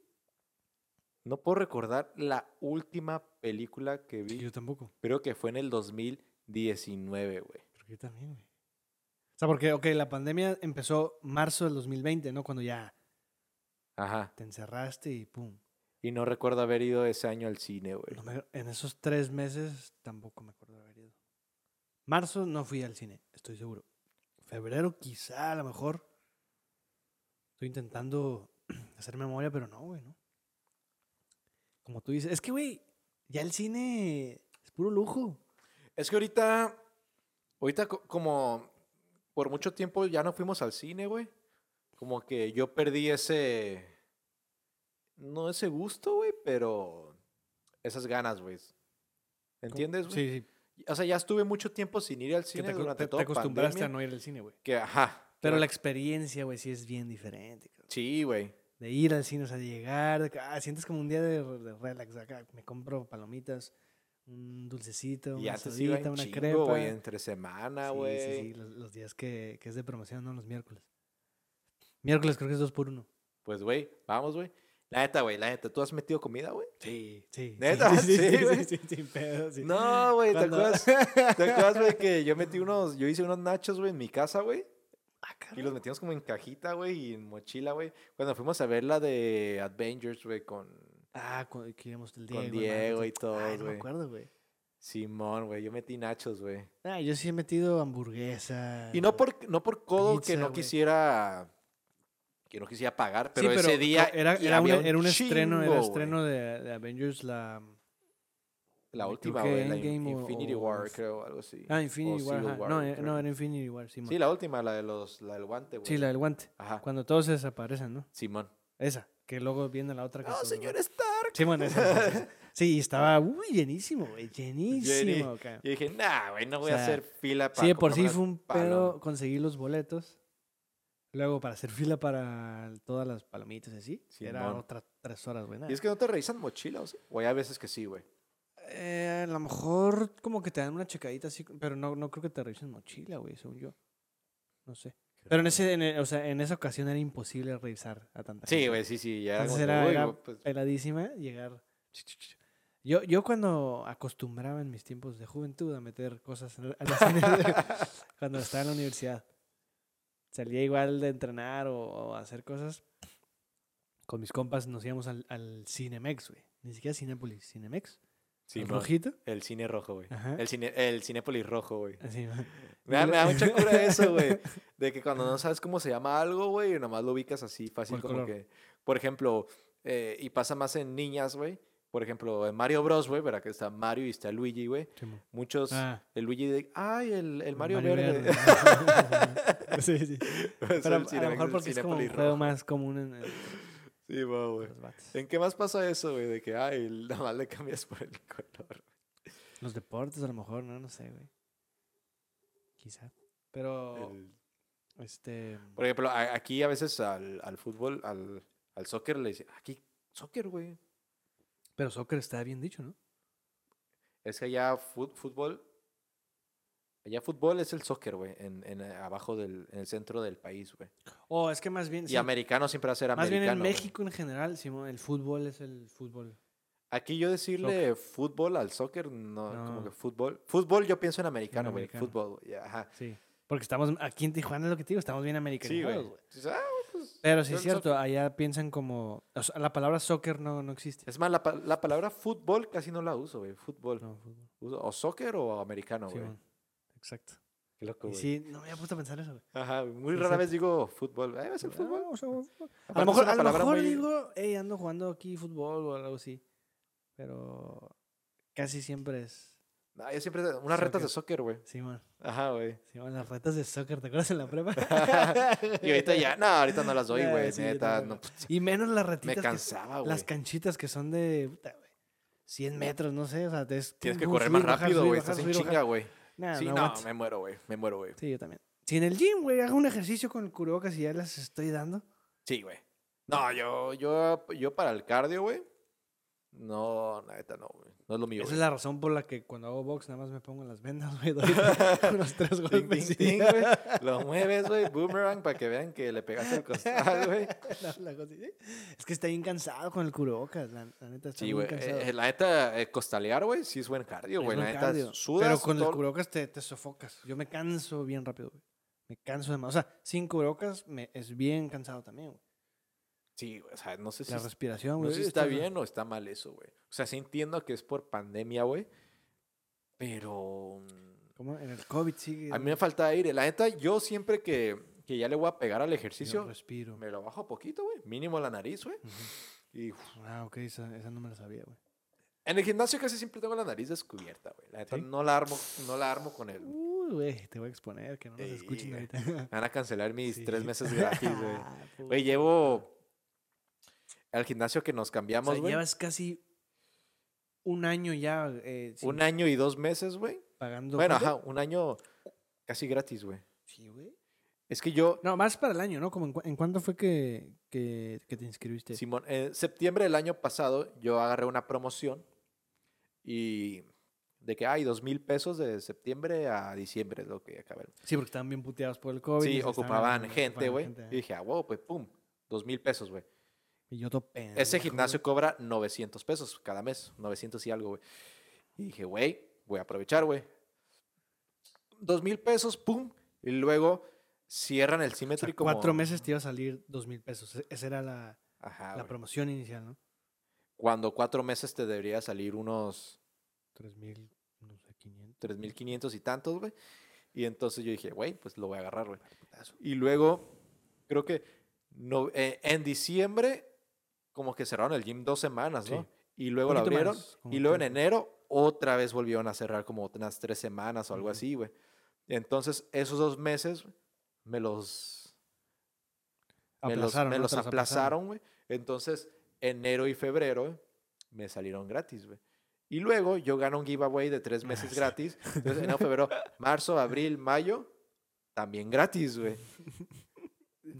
S1: No puedo recordar la última película que vi.
S2: yo tampoco.
S1: Creo que fue en el 2019, güey.
S2: Pero yo también, güey. O sea, porque, ok, la pandemia empezó marzo del 2020, ¿no? Cuando ya
S1: Ajá.
S2: te encerraste y pum.
S1: Y no recuerdo haber ido ese año al cine, güey.
S2: No me- en esos tres meses tampoco me acuerdo de haber ido. Marzo no fui al cine, estoy seguro. Febrero quizá, a lo mejor. Estoy intentando hacer memoria, pero no, güey, ¿no? Como tú dices, es que, güey, ya el cine es puro lujo.
S1: Es que ahorita, ahorita co- como por mucho tiempo ya no fuimos al cine, güey. Como que yo perdí ese, no ese gusto, güey, pero esas ganas, güey. ¿Entiendes, güey?
S2: Sí, sí.
S1: O sea, ya estuve mucho tiempo sin ir al
S2: que
S1: cine
S2: te, acu-
S1: durante
S2: te- te
S1: toda
S2: acostumbraste
S1: pandemia,
S2: a no ir al cine, güey.
S1: Que, ajá.
S2: Pero
S1: que-
S2: la experiencia, güey, sí es bien diferente. cabrón.
S1: Sí, güey.
S2: De ir al cine, o sea, de llegar, de que, ah, sientes como un día de, re- de relax, acá me compro palomitas, un dulcecito,
S1: Y
S2: una
S1: antes iba
S2: sodita,
S1: en
S2: una
S1: chingo, güey,
S2: crepa.
S1: entre semana,
S2: Sí,
S1: güey.
S2: sí, sí, los, los días que, que es de promoción, no los miércoles. Miércoles creo que es dos por uno.
S1: Pues, güey, vamos, güey. La neta, güey, la neta. ¿Tú has metido comida, güey?
S2: Sí, sí.
S1: ¿Neta?
S2: Sí, sí,
S1: Sí,
S2: sí,
S1: güey.
S2: sí, sí, sin pedo, sí.
S1: No, güey, ¿te
S2: Cuando-
S1: acuerdas? ¿Te acuerdas, güey, que yo metí unos, yo hice unos nachos, güey, en mi casa, güey?
S2: Ah,
S1: Y
S2: cabrón.
S1: los metimos como en cajita, güey, y en mochila, güey. Cuando fuimos a ver la de Avengers, güey, con
S2: Ah, cu- que íbamos el Diego.
S1: Con
S2: hermano,
S1: Diego y
S2: entonces-
S1: todos,
S2: Ay, no me
S1: güey.
S2: acuerdo, güey.
S1: Simón, güey. Yo metí nachos, güey.
S2: Ah, yo sí he metido hamburguesa.
S1: Y no por, no por codo que
S2: Ah. Pizza,
S1: no
S2: güey.
S1: quisiera... Que no quisiera pagar, pero, ese día...
S2: no, era,
S1: y
S2: era un,
S1: había
S2: era un estreno,
S1: chingo,
S2: era
S1: güey.
S2: estreno de, de Avengers la
S1: La
S2: creo
S1: última,
S2: que
S1: güey. La
S2: Endgame o-
S1: Infinity
S2: o-
S1: War, creo, algo así.
S2: ah Infinity
S1: O
S2: War,
S1: Civil
S2: ajá. no, eh,
S1: creo.
S2: no era Infinity War sí,
S1: Sí, la última, la, de los, la del guante, güey.
S2: sí la del guante
S1: Ajá,
S2: cuando todos se desaparecen no
S1: Simón.
S2: esa que luego viene la otra que
S1: ¡Oh,
S2: todos-
S1: señor Stark!
S2: sí bueno esa, esa, esa. sí estaba uy, llenísimo güey llenísimo
S1: Llení-
S2: acá.
S1: Y dije, nah, güey, no voy
S2: O
S1: a
S2: sea,
S1: hacer fila para
S2: sí de por sí
S1: comprarme
S2: fue un
S1: unas palomas.
S2: pedo conseguir los boletos luego para hacer fila para todas las palomitas y así era
S1: Simón.
S2: otra tres horas güey nada.
S1: Y es que no te revisan mochilas, ¿sí? Güey, a veces que sí, güey.
S2: Eh, a lo mejor como que te dan una checadita así, pero no, no creo que te revisen mochila, güey, según yo. No sé. Pero en ese, en, e- o sea, en esa ocasión era imposible revisar a tanta
S1: Sí,
S2: gente.
S1: güey, sí, sí. Ya como
S2: Entonces
S1: que,
S2: era,
S1: "Uy,
S2: era
S1: güey, pues,
S2: peladísima llegar. Yo, yo cuando acostumbraba en mis tiempos de juventud a meter cosas en- a la cena, cuando estaba en la universidad, salía igual de entrenar o, o hacer cosas, con mis compas nos íbamos al, al Cinemex, güey. Ni siquiera Cinépolis, Cinemex.
S1: Sí,
S2: al
S1: mo.
S2: rojito.
S1: El cine rojo, güey.
S2: Ajá. Eh,
S1: El, cine, el Cinépolis rojo, güey.
S2: Así, ma.
S1: Me da, me da mucha cura eso, güey. De que cuando no sabes cómo se llama algo, güey, nomás lo ubicas así fácil,
S2: Por
S1: como
S2: color.
S1: que. Por ejemplo, eh, y pasa más en niñas, güey. Por ejemplo, en Mario Bros, güey, ¿verdad? Que está Mario y está Luigi, güey.
S2: Sí, mo.
S1: Muchos.
S2: Ah,
S1: El Luigi de. ¡Ay, el, el Mario, Verde!
S2: verde. sí, sí.
S1: Pues el
S2: Pero a lo
S1: Cinemex,
S2: mejor
S1: el
S2: porque es como un
S1: Cinépolis
S2: juego
S1: rojo.
S2: más común en, en-
S1: Sí, va, güey.
S2: los vatos.
S1: ¿En qué más pasa eso, güey? De que, ay, el- nada más le cambias por el color.
S2: Los deportes a lo mejor, no, no sé, güey. Quizá. Pero,
S1: El-
S2: este...
S1: Por ejemplo, a- aquí a veces al, al fútbol, al, al soccer, le dicen, aquí, soccer, güey.
S2: Pero soccer está bien dicho, ¿no?
S1: Es que allá fut- fútbol. Allá fútbol es el soccer, güey. En, en, eh, abajo del. En el centro del país, güey.
S2: Oh, es que más bien... sí,
S1: Y americano siempre va a ser
S2: más bien
S1: americano.
S2: en
S1: güey.
S2: México en general, Simón, el fútbol es el fútbol.
S1: Aquí yo decirle fútbol al soccer, no, Como
S2: No.
S1: que fútbol. Fútbol yo pienso en americano, güey.
S2: americano.
S1: Fútbol, güey. Ajá.
S2: Sí. Porque estamos aquí en Tijuana, es lo que te digo, estamos bien
S1: Sí,
S2: americanizados,
S1: güey.
S2: güey.
S1: Dices, "Ah, pues,
S2: Pero sí
S1: yo
S2: es
S1: el
S2: cierto,
S1: soccer".
S2: allá piensan como... o sea, la palabra soccer no, no existe.
S1: Es más, la, pa- la palabra fútbol casi no la uso, güey. Fútbol.
S2: No, fútbol.
S1: Uso o soccer o americano, güey.
S2: Simón. Exacto.
S1: Qué loco,
S2: Y
S1: güey.
S2: sí, no me había puesto a pensar eso, güey.
S1: Ajá, muy
S2: Sí,
S1: rara
S2: sí.
S1: vez digo fútbol. Eh, ¿Es el fútbol?
S2: Ah, o sea, fútbol. A
S1: Aparte
S2: lo
S1: es
S2: mejor,
S1: una
S2: a lo
S1: palabra
S2: mejor
S1: muy-
S2: digo, hey, ando jugando aquí fútbol o algo así. Pero casi siempre es.
S1: No, Ah, yo siempre. Unas retas de soccer, güey.
S2: Simón,
S1: Ajá, güey.
S2: Simón, las retas de soccer, ¿te acuerdas en la prepa?
S1: y ahorita ya, no, ahorita no las doy,
S2: Ya,
S1: güey,
S2: sí, yo
S1: neta.
S2: también,
S1: no,
S2: güey.
S1: pff,
S2: y menos las
S1: me
S2: retitas. que-
S1: cansaba, güey.
S2: las canchitas que son de. puta, güey, 100 metros, no sé, o sea, te es
S1: Tienes que
S2: pum, pum,
S1: correr más
S2: subir, bajar,
S1: rápido,
S2: subir,
S1: güey.
S2: bajar,
S1: Estás en
S2: subir, bajar.
S1: chinga, güey.
S2: Nah,
S1: Sí,
S2: no
S1: no,
S2: aguanto.
S1: me muero, güey. Me muero, güey.
S2: Sí, yo también. Si en el gym, güey, hago un ejercicio con el cubrebocas y ya las estoy dando.
S1: Sí, güey. No, yo, yo, yo para el cardio, güey. No, la neta, no, güey. No es lo mío.
S2: Esa
S1: güey.
S2: es la razón por la que cuando hago box nada más me pongo las vendas, güey. Doy unos tres
S1: Ting,
S2: golpes.
S1: ting,
S2: y-
S1: ting, güey. Lo mueves, güey. Boomerang para que vean que le pegaste al costado, Ah, güey.
S2: La- la cosa- sí. Es que está bien cansado con el cubrebocas, la, la neta está
S1: Sí,
S2: bien
S1: güey.
S2: cansado.
S1: Eh, eh, la neta, eh, costalear, güey, sí es buen cardio,
S2: Es
S1: güey. La
S2: buen
S1: neta,
S2: cardio,
S1: sudas.
S2: Pero con el
S1: todo-
S2: cubrebocas te, te sofocas. Yo me canso bien rápido, güey. Me canso demasiado. O sea, sin cubrebocas me, es bien cansado también, güey.
S1: Sí, güey. O sea, no sé si
S2: La
S1: es-
S2: respiración,
S1: No
S2: güey.
S1: sé si está
S2: estás-
S1: bien o está mal eso, güey. O sea, sí entiendo que es por pandemia, güey. Pero mm,
S2: ¿Cómo? En el COVID sigue.
S1: a mí me falta aire. La neta, yo siempre que, que ya le voy a pegar al
S2: yo
S1: ejercicio,
S2: respiro.
S1: me lo bajo poquito, güey. Mínimo la nariz, güey.
S2: Ujú.
S1: Y
S2: Ah, ok, esa, esa no me la sabía, güey.
S1: en el gimnasio casi siempre tengo la nariz descubierta, güey. La neta,
S2: ¿Sí?
S1: no, la armo, no la armo con él.
S2: Uy, güey, te voy a exponer, que no nos
S1: Ey,
S2: escuchen
S1: güey.
S2: ahorita.
S1: Me van a cancelar mis
S2: Sí.
S1: tres meses gratis, güey.
S2: Ah,
S1: Güey, llevo al gimnasio que nos
S2: O sea,
S1: cambiamos, güey.
S2: llevas casi un año ya eh, sin-
S1: un año y dos meses, güey.
S2: pagando.
S1: Bueno,
S2: ¿cuánto?
S1: ajá, un año casi gratis, güey.
S2: Sí, güey.
S1: Es que yo,
S2: No, más para el año, ¿no? Como en, cu- en cuánto fue que, que, que te inscribiste?
S1: Simón, en septiembre del año pasado yo agarré una promoción y de que hay dos mil pesos de septiembre a diciembre es lo que acabé.
S2: Sí, porque estaban bien puteados por el COVID. y
S1: Sí,
S2: se
S1: ocupaban
S2: estaban-
S1: gente,
S2: ocupaban
S1: güey.
S2: gente,
S1: Y dije, ah, wow, pues pum, dos mil pesos, güey.
S2: Y yo topé.
S1: Ese gimnasio cobra 900 pesos cada mes, 900 y algo, güey. Y dije, güey, voy a aprovechar, güey. Dos mil pesos, pum, y luego cierran el simétrico. como- Ah,
S2: cuatro meses te iba a salir dos mil pesos. E- Esa era la,
S1: Ajá,
S2: la
S1: güey.
S2: promoción inicial, ¿no?
S1: Cuando cuatro meses te debería salir unos
S2: Tres mil, no sé, quinientos.
S1: 3.500 y tantos, güey. Y entonces yo dije, güey, pues lo voy a agarrar, güey. Y luego, creo que no, eh, en diciembre, como que cerraron el gym dos semanas, ¿no?
S2: Sí.
S1: Y luego lo
S2: Poquito
S1: abrieron.
S2: más, como
S1: y luego en
S2: tres, cuatro.
S1: enero, otra vez volvieron a cerrar como unas tres semanas o algo
S2: Ujú.
S1: así, güey. Entonces, esos dos meses me los, me los, me los aplazaron, güey. Entonces, enero y febrero me salieron gratis, güey. Y luego yo gano un giveaway de tres meses
S2: Ah, sí.
S1: gratis. Entonces, enero, febrero, marzo, abril, mayo, también gratis, güey.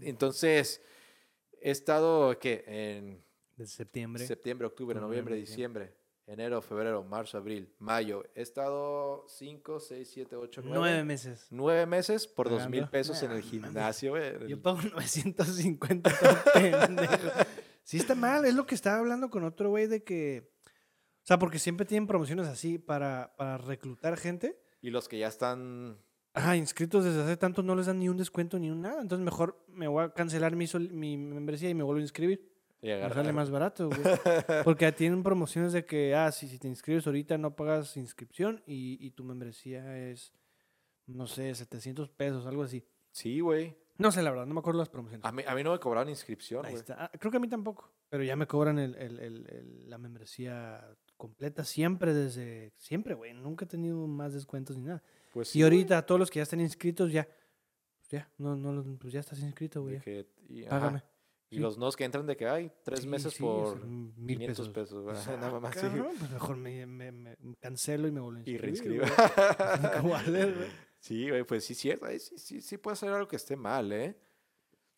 S1: Entonces, he estado, ¿qué? En
S2: De septiembre.
S1: septiembre, octubre, noviembre,
S2: Noviembre,
S1: diciembre, enero, febrero, marzo, abril, mayo. He estado cinco, seis, siete, ocho,
S2: nueve
S1: nueve.
S2: meses.
S1: Nueve meses por dos mil
S2: Pagando.
S1: pesos en el
S2: Nah, mames.
S1: gimnasio, güey. en el-
S2: Yo pago 950. todo pendejo. sí está mal, es lo que estaba hablando con otro güey de que... O sea, porque siempre tienen promociones así para, para reclutar gente.
S1: Y los que ya están
S2: Ajá, inscritos desde hace tanto no les dan ni un descuento ni un nada. Entonces mejor me voy a cancelar mi, sol- mi membresía y me vuelvo a inscribir.
S1: Y
S2: Me
S1: agarrar-
S2: sale más barato, güey. Porque tienen promociones de que, ah, si, si te inscribes ahorita no pagas inscripción y, y tu membresía es, no sé, 700 pesos, algo así.
S1: Sí, güey.
S2: No sé, la verdad, no me acuerdo las promociones.
S1: A mí, a mí no me cobraron inscripción,
S2: Ahí
S1: güey.
S2: está. Ah, creo que a mí tampoco. Pero ya me cobran el- el- el- el- la membresía completa siempre, desde siempre, güey. Nunca he tenido más descuentos ni nada.
S1: Pues
S2: y
S1: sí, güey,
S2: ahorita todos los que ya están inscritos, ya. Ya, no, no, los- pues ya estás inscrito,
S1: de
S2: güey. ya.
S1: que- y, ajá.
S2: Págame.
S1: Y
S2: Sí.
S1: los nuevos que entran de que hay tres
S2: Sí,
S1: meses
S2: sí, o sea,
S1: por
S2: mil
S1: 500 pesos.
S2: Pues,
S1: güey. Nada
S2: ah,
S1: más, sí.
S2: cabrón, pues mejor me, me- me- me cancelo y me vuelvo a
S1: Y
S2: inscribir.
S1: reinscribo.
S2: güey. Nunca voy a leer, güey.
S1: sí, güey, pues sí, cierto. Ahí sí, sí, sí puede ser algo que esté mal, ¿eh?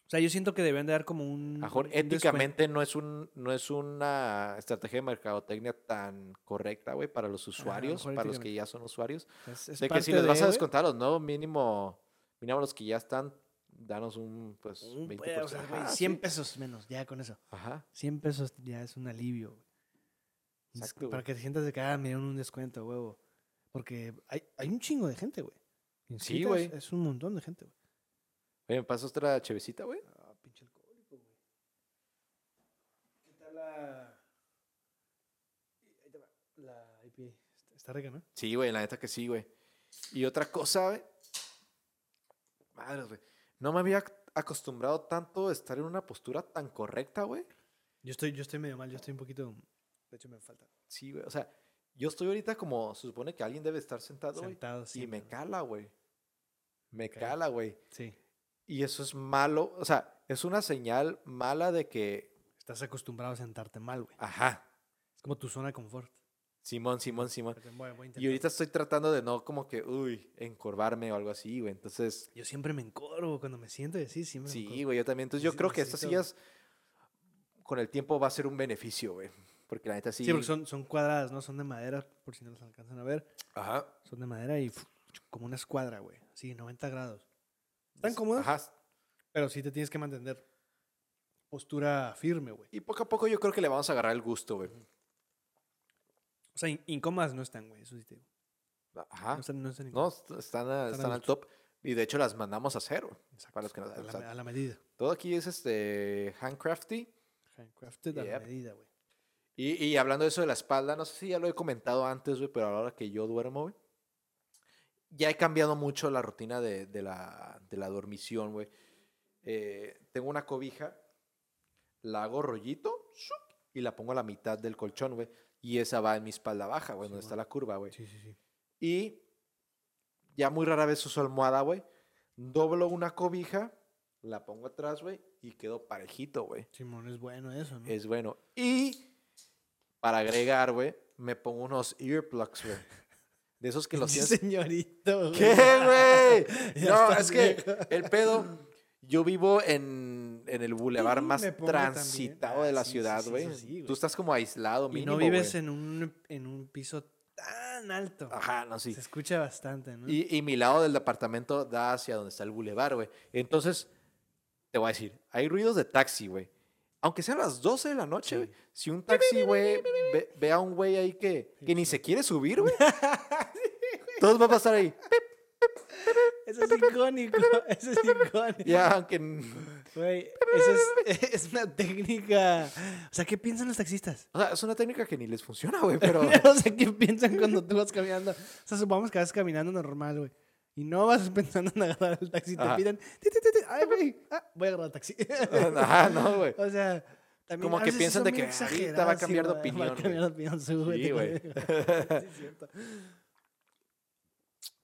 S2: O sea, yo siento que deben de dar como un.
S1: Mejor
S2: Mm, un descuento.
S1: éticamente no es, un, no es una estrategia de mercadotecnia tan correcta, güey, para los usuarios,
S2: mejor
S1: para los que
S2: éticamente.
S1: ya son usuarios.
S2: Es, es
S1: de que si
S2: parte
S1: les vas
S2: de,
S1: a
S2: güey.
S1: descontar los no mínimo, mínimo los que ya están, danos un, pues,
S2: Un
S1: 20%.
S2: pedo, o sea, güey,
S1: Ajá,
S2: 100
S1: Ah, sí.
S2: pesos menos, ya con eso.
S1: Ajá.
S2: 100 pesos ya es un alivio. güey. Es
S1: Exacto, güey.
S2: Para que te sientas de que, ah, me dieron un descuento, huevo. Porque hay, hay un chingo de gente, güey. Inscrita
S1: güey.
S2: Es, es un montón de gente, güey.
S1: Oye, ¿me pasas otra chevecita, güey?
S2: Ah, pinche alcohólico, güey. ¿Qué tal la. Ahí te va, La IPA. Está- Está rica, ¿no?
S1: Sí, güey, la neta que sí, güey. Y otra cosa, güey. Madre, güey. No me había ac- acostumbrado tanto a estar en una postura tan correcta, güey.
S2: Yo estoy, yo estoy medio mal, yo estoy un poquito. De hecho, me falta.
S1: Sí, güey. O sea, yo estoy ahorita como se supone que alguien debe estar sentado, güey.
S2: Sentado,
S1: Y me
S2: siempre, ¿no?
S1: cala, güey. Me
S2: Ok.
S1: cala, güey.
S2: Sí.
S1: Y eso es malo. O sea, es una señal mala de que.
S2: Estás acostumbrado a sentarte mal, güey.
S1: Ajá.
S2: Es como tu zona de confort.
S1: Simón, Simón, Simón.
S2: Voy- voy a
S1: Y
S2: intentar.
S1: ahorita estoy tratando de no como que, uy, encorvarme o algo así, güey. Entonces,
S2: Yo siempre me encorvo cuando me siento y así, siempre. me
S1: Sí,
S2: encorvo.
S1: güey, yo también. Entonces yo
S2: Neces-
S1: creo que estas
S2: pues, necesito-
S1: sillas con el tiempo va a ser un beneficio, güey. Porque la neta sí.
S2: Sí, porque son, son cuadradas, ¿no? Son de madera, por si no las alcanzan a ver.
S1: Ajá.
S2: Son de madera y fu- como una escuadra, güey. Sí, 90 grados. ¿Están
S1: Es-
S2: cómodas?
S1: Ajá.
S2: Pero sí te tienes que mantener postura firme, güey.
S1: Y poco a poco yo creo que le vamos a agarrar el gusto, güey.
S2: O sea, in- incómodas no están, güey. Eso sí te digo.
S1: Ajá.
S2: No están, no están
S1: Ah, No,
S2: incómodas.
S1: est- están, a-
S2: a
S1: están al
S2: gusto.
S1: top. Y de hecho las mandamos a cero. Para los que no
S2: a, la,
S1: exacto.
S2: a la medida.
S1: Todo aquí es este handcrafty.
S2: Handcrafted a la
S1: Yep.
S2: medida, güey.
S1: Y, y hablando de eso de la espalda, no sé si ya lo he comentado antes, güey, pero ahora que yo duermo, güey, ya he cambiado mucho la rutina de, de la, de la dormición, güey. Eh, tengo una cobija, la hago rollito ¡shup! y la pongo a la mitad del colchón, güey. Y esa va en mi espalda baja, güey,
S2: Sí,
S1: donde está
S2: bueno.
S1: la curva, güey.
S2: Sí, sí, sí.
S1: Y ya muy rara vez uso almohada, güey. Doblo una cobija, la pongo atrás, güey, y quedo parejito, güey.
S2: Simón, es bueno eso, ¿no?
S1: Es bueno. Y para agregar, güey, me pongo unos earplugs, güey. De esos que los
S2: Pinche
S1: tienes.
S2: señorito, güey.
S1: ¿Qué, güey?
S2: Ya
S1: No,
S2: está
S1: es que
S2: viejo.
S1: el pedo. Yo vivo en, en el bulevar
S2: Y
S1: más
S2: me pongo también.
S1: transitado
S2: Ah,
S1: de la
S2: sí, sí,
S1: ciudad,
S2: sí,
S1: güey.
S2: eso sí, güey.
S1: Tú estás como aislado,
S2: Y
S1: mínimo.
S2: no vives
S1: güey.
S2: en un, en un piso tan alto.
S1: Ajá, no, sí.
S2: Se escucha bastante, ¿no?
S1: Y, y mi lado del departamento da hacia donde está el bulevar, güey. Entonces, te voy a decir, hay ruidos de taxi, güey. Aunque sean las 12 de la noche, güey.
S2: Sí.
S1: Si un taxi, güey, ve, ve a un güey ahí que, que ni se quiere subir, güey. Todos van a pasar ahí.
S2: Eso es icónico. Eso es icónico.
S1: Ya, aunque. n-
S2: Güey, eso es, es una técnica. O sea, ¿qué piensan los taxistas?
S1: O sea, es una técnica que ni les funciona, güey, pero.
S2: o sea, ¿qué piensan cuando tú vas caminando? O sea, supongamos que vas caminando normal, güey. Y no vas pensando en agarrar el taxi. Te
S1: Ajá.
S2: pidan. "Ti, ti, ti, ti". Ay, güey. ah, voy a agarrar el taxi.
S1: Ajá, Ah, no, güey.
S2: O sea, también
S1: Como
S2: a
S1: que
S2: veces sí
S1: piensan
S2: son
S1: de
S2: bien
S1: que ahorita va a
S2: exageradas, sí,
S1: cambiar de
S2: va- Va
S1: opinión,
S2: a cambiar de opinión, sí, güey.
S1: Sí,
S2: te
S1: güey.
S2: creo. Sí, es cierto.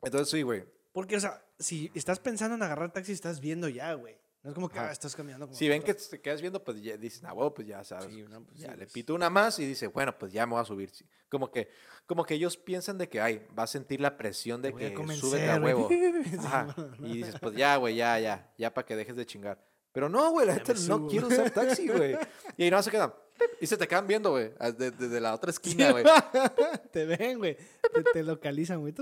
S1: Entonces, sí, güey.
S2: Porque, o sea, si estás pensando en agarrar taxi, estás viendo ya, güey. No es como que
S1: Ajá.
S2: ah, estás caminando como.
S1: Si ven que
S2: tonto.
S1: te quedas viendo, pues ya dicen, ah, huevo, pues ya sabes.
S2: Sí, no, pues
S1: ya
S2: sí,
S1: le
S2: pues.
S1: pito una más y dice, bueno, pues ya me voy a subir. sí. Como que, como que ellos piensan de que, ay, va a sentir la presión de
S2: Te voy a
S1: que
S2: convencer,
S1: sube a
S2: güey.
S1: huevo.
S2: Sí,
S1: Ajá.
S2: no,
S1: Y dices, pues ya, güey, ya, ya, ya para que dejes de chingar. Pero no, güey, la
S2: Ya
S1: gente
S2: me
S1: no
S2: subo.
S1: quiere usar taxi, güey. Y ahí no se quedan. pip, Y se te quedan viendo, güey, as- de- desde la otra esquina, güey.
S2: Te ven, güey. Te, te localizan, güey.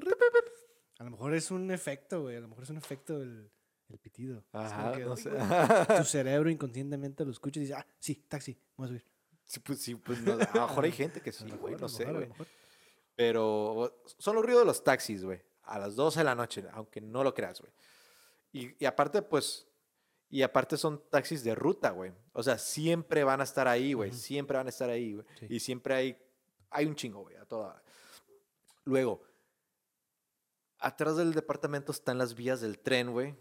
S2: A lo mejor es un efecto, güey. A lo mejor es un efecto del, del pitido. Es como
S1: Ajá,
S2: que,
S1: no
S2: "Ay,
S1: sé.
S2: güey". Tu cerebro inconscientemente lo escucha y dice, ah, sí, taxi, me voy a subir.
S1: Sí, pues sí, pues no, a lo mejor hay gente que
S2: A
S1: sí,
S2: lo
S1: güey,
S2: mejor,
S1: no
S2: a lo
S1: sé,
S2: mejor, a lo
S1: güey.
S2: mejor.
S1: Pero son los ruidos de los taxis, güey. A las 12 de la noche, aunque no lo creas, güey. Y, y aparte, pues, Y aparte son taxis de ruta, güey. O sea, siempre van a estar ahí, güey.
S2: Ujú.
S1: Siempre van a estar ahí, güey.
S2: Sí.
S1: Y siempre hay, hay un chingo, güey, a toda. Luego, atrás del departamento están las vías del tren, güey,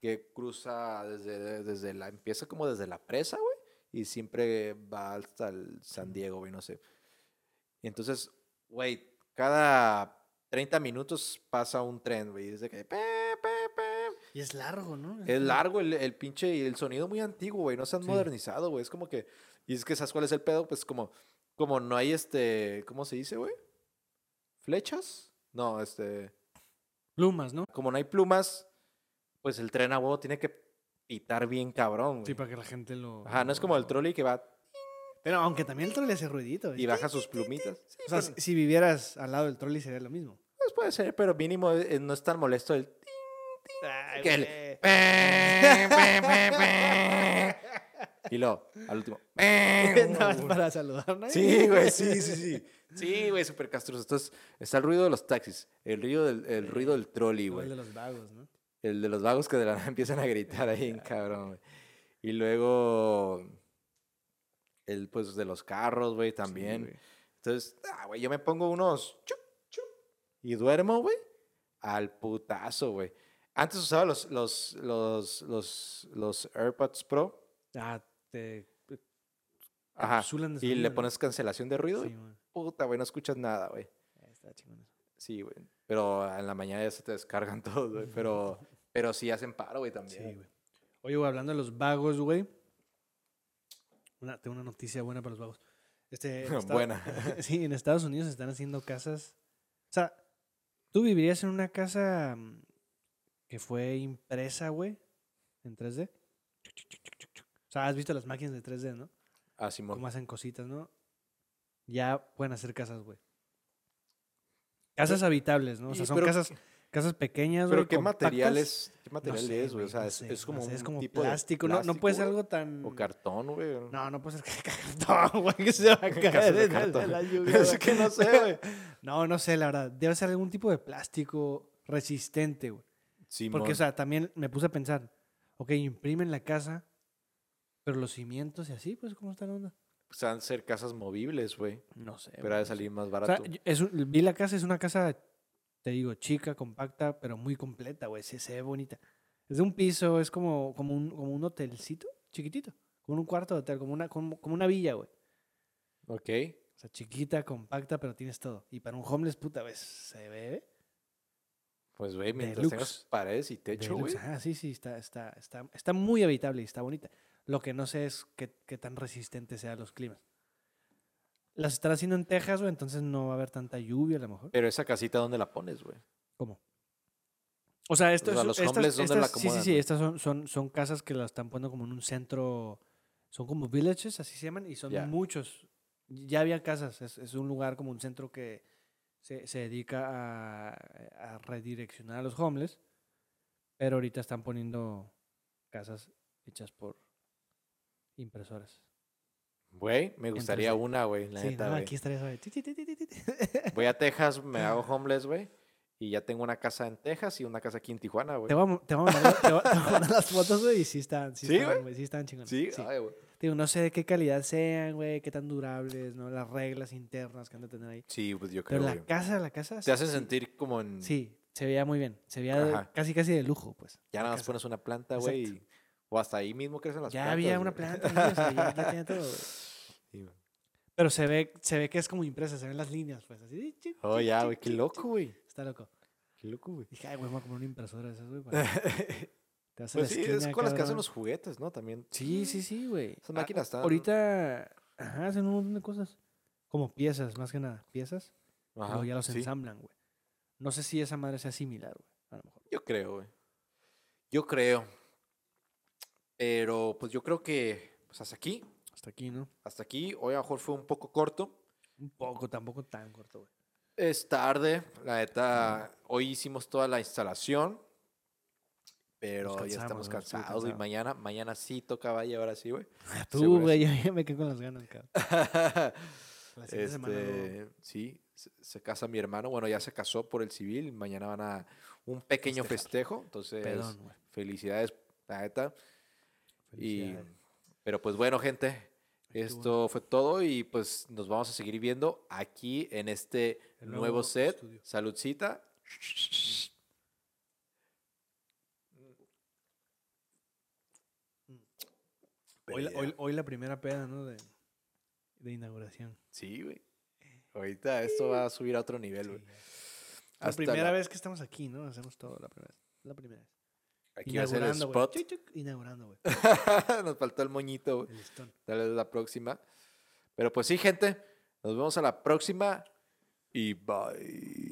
S1: que cruza desde, desde la, empieza como desde la presa, güey, y siempre va hasta el San Diego, güey, no sé. Y entonces, güey, cada 30 minutos pasa un tren, güey, y dice que... "Pe, pe, pe",
S2: Y es largo, ¿no?
S1: es largo el, el pinche y el sonido muy antiguo, güey. No se han
S2: Sí.
S1: modernizado, güey. Es como que. Y es que sabes cuál es el pedo, pues como. Como no hay este. ¿Cómo se dice, güey? ¿Flechas? No, este.
S2: Plumas, ¿no?
S1: Como no hay plumas, pues el tren a huevo tiene que pitar bien cabrón,
S2: Sí,
S1: güey.
S2: para que la gente lo.
S1: Ajá, no es como el
S2: lo-
S1: trolley que va
S2: Pero aunque también el trolley hace ruidito.
S1: y baja sus plumitas. Sí,
S2: O sea,
S1: pero-
S2: si- si vivieras al lado del trolley sería lo mismo.
S1: pues puede ser, pero mínimo eh, no es tan molesto el.
S2: Ay,
S1: Que
S2: güey.
S1: Y luego, al último.
S2: Nada más para saludar, ¿no?
S1: Sí, güey, sí, sí, sí. Sí, güey, súper castroso. Entonces, está el ruido de los taxis, el ruido del, el ruido del trolley,
S2: Igual
S1: güey.
S2: de los vagos, ¿no?
S1: El de los vagos que de la nada empiezan a gritar ahí, en cabrón, güey. Y luego, el, pues, de los carros, güey, también. Entonces, ah, güey, yo me pongo unos chup, chup, y duermo, güey, al putazo, güey. Antes usaba los, los, los, los, los AirPods Pro.
S2: Ah, te te
S1: Ajá.
S2: encapsulan de
S1: Y
S2: sonido,
S1: le
S2: ¿no?
S1: pones cancelación de ruido.
S2: Sí,
S1: y
S2: man.
S1: puta, güey, no escuchas nada, güey.
S2: Está chingón eso.
S1: Sí, güey. Pero en la mañana ya se te descargan todos, güey. Pero, pero sí hacen paro, güey, también.
S2: Sí, güey. Oye, güey, hablando de los vagos, güey. Una, tengo una noticia buena para los vagos. Este, en Estados-
S1: Buena.
S2: sí, en Estados Unidos se están haciendo casas. O sea, tú vivirías en una casa mm, que fue impresa, güey, en 3D. O sea, has visto las máquinas de 3D, ¿no?
S1: Ah, Simón.
S2: Cómo hacen cositas, ¿no? Ya pueden hacer casas, güey. Casas habitables, ¿no? O sea,
S1: Eh, Y-
S2: son
S1: pero-
S2: casas, casas pequeñas, güey.
S1: Pero ¿qué
S2: compactas.
S1: materiales, qué
S2: No
S1: material
S2: sé,
S1: es, güey? O sea,
S2: no
S1: es,
S2: sé,
S1: es
S2: no
S1: como
S2: sé,
S1: un
S2: es como
S1: tipo de
S2: plástico. no- no, puede ser
S1: güey,
S2: algo tan...
S1: O cartón, güey.
S2: No, no puede ser cartón, güey, que se va a caer
S1: de
S2: en el- de
S1: cartón.
S2: la lluvia,
S1: es
S2: güey.
S1: que no sé, güey.
S2: No, no sé, la verdad. Debe ser algún tipo de plástico resistente, güey.
S1: Simón.
S2: Porque, o sea, también me puse a pensar, ok, imprimen la casa, pero los cimientos y así, pues, ¿cómo está la onda?
S1: pues han de ser casas movibles, güey.
S2: No sé.
S1: Pero ha de salir más
S2: eh, O
S1: barato.
S2: sea, yo- es un- vi la casa, es una casa, te digo, chica, compacta, pero muy completa, güey. Se, se ve bonita. Es de un piso, es como, como, un, como un hotelcito, chiquitito. Como un cuarto de hotel, como una, como, como una villa, güey.
S1: ok.
S2: O sea, chiquita, compacta, pero tienes todo. Y para un homeless, puta, ¿ves? Se ve.
S1: Pues, güey, mientras tengas
S2: Deluxe.
S1: paredes y techo, güey.
S2: deluxe. Ah, sí, sí, está, está, está, está muy habitable y está bonita. Lo que no sé es qué, qué tan resistente sea a los climas. Las están haciendo en Texas, güey, entonces no va a haber tanta lluvia a lo mejor.
S1: Pero esa casita, ¿dónde la pones, güey?
S2: ¿Cómo? O sea, esto
S1: O sea,
S2: es-
S1: los
S2: estas-
S1: homeless, ¿dónde la
S2: estas- Sí, sí,
S1: acomodan,
S2: sí.
S1: güey?
S2: Estas son, son, son casas que las están poniendo como en un centro. Son como villages, así se llaman, y son
S1: Ya.
S2: muchos. Ya había casas. Es, es un lugar como un centro que se, se dedica a, a redireccionar a los homeless. Pero ahorita están poniendo casas hechas por impresoras.
S1: Güey, me gustaría
S2: Entonces- eh,
S1: una, güey, la
S2: sí,
S1: neta,
S2: no,
S1: güey.
S2: aquí estaría suave. Ti, ti, ti, ti, ti, ti.
S1: Voy a Texas, me hago homeless, güey. Y ya tengo una casa en Texas y una casa aquí en Tijuana, güey.
S2: Te voy a, mo- te voy a mandar, la- te voy a- te voy a mandar las fotos, güey, y sí están, sí,
S1: ¿Sí,
S2: están,
S1: güey?
S2: güey, sí están chingonas.
S1: Sí, ay, güey.
S2: Digo, no sé de qué calidad sean, güey, qué tan durables, ¿no? Las reglas internas que han de tener ahí.
S1: Sí, pues yo creo,
S2: Pero la
S1: güey.
S2: casa, la casa.
S1: Te hacen
S2: sí-
S1: sentir como en...
S2: Sí, se veía muy bien. Se veía de-
S1: Ajá.
S2: casi, casi de lujo, pues.
S1: ya
S2: la
S1: nada más
S2: casa.
S1: pones una planta, güey.
S2: Exacto.
S1: y- O hasta ahí mismo crecen las
S2: Ya
S1: plantas.
S2: había una
S1: güey.
S2: planta, güey, o sea, ya- ya tenía todo, güey.
S1: Sí, güey.
S2: Pero se ve, se ve que es como impresa, se ven las líneas, pues. Así. chi, chi,
S1: Oh, ya,
S2: chi,
S1: güey. Qué
S2: chi,
S1: loco,
S2: chi.
S1: güey.
S2: Está loco.
S1: Qué loco, güey.
S2: Dije, ay, güey, vamos a comprar una impresora de esas, güey. para- Te vas a la
S1: Pues sí, es
S2: esquina,
S1: con las que hacen
S2: cabrón.
S1: los juguetes, ¿no? También.
S2: Sí, sí, sí, güey.
S1: Esas
S2: Ah,
S1: máquinas están...
S2: Ahorita ajá, hacen un montón de cosas. Como piezas, más que nada. Piezas. y
S1: Ajá,
S2: luego ya los
S1: sí.
S2: ensamblan, güey. No sé si esa madre sea similar, güey. A lo mejor.
S1: Yo creo, güey. Yo creo. Pero pues yo creo que pues hasta aquí,
S2: Hasta aquí, ¿no?
S1: hasta aquí. Hoy a lo mejor fue un poco corto.
S2: Un poco, tampoco tan corto, güey.
S1: Es tarde, la neta. Hoy hicimos toda la instalación. Pero ya
S2: cansamos,
S1: estamos
S2: ¿no? Estuvo
S1: cansados y
S2: cansado.
S1: mañana, mañana sí toca valle ahora sí, güey.
S2: Ah, Tú,
S1: Seguro
S2: güey, yo ya me quedé con las ganas, cabrón. La siguiente semana luego.
S1: este, sí, se, se casa mi hermano. Bueno, ya se casó por el civil. Mañana van a un pequeño
S2: Festejar.
S1: festejo. Entonces,
S2: Perdón, güey.
S1: felicidades, la neta. Y,
S2: Felicidades.
S1: pero pues bueno, gente,
S2: Estuvo
S1: esto fue todo y pues nos vamos a seguir viendo aquí en este
S2: El
S1: nuevo,
S2: nuevo
S1: set.
S2: estudio.
S1: Saludcita.
S2: Hoy, la-
S1: Pero
S2: hoy-
S1: ya,
S2: hoy la primera peda, ¿no? De, de inauguración.
S1: Sí, güey. Ahorita esto va a subir a otro nivel, güey.
S2: Sí, ya. la
S1: Hasta
S2: primera
S1: la-
S2: vez que estamos aquí, ¿no? Hacemos todo la primera vez. La primera vez.
S1: Aquí va a ser el
S2: Inaugurando, güey.
S1: spot.
S2: Chuc, chuc, Inaugurando, güey.
S1: Nos faltó el moñito, güey.
S2: El listón.
S1: Tal vez la próxima. Pero pues sí, gente. Nos vemos a la próxima. Y bye.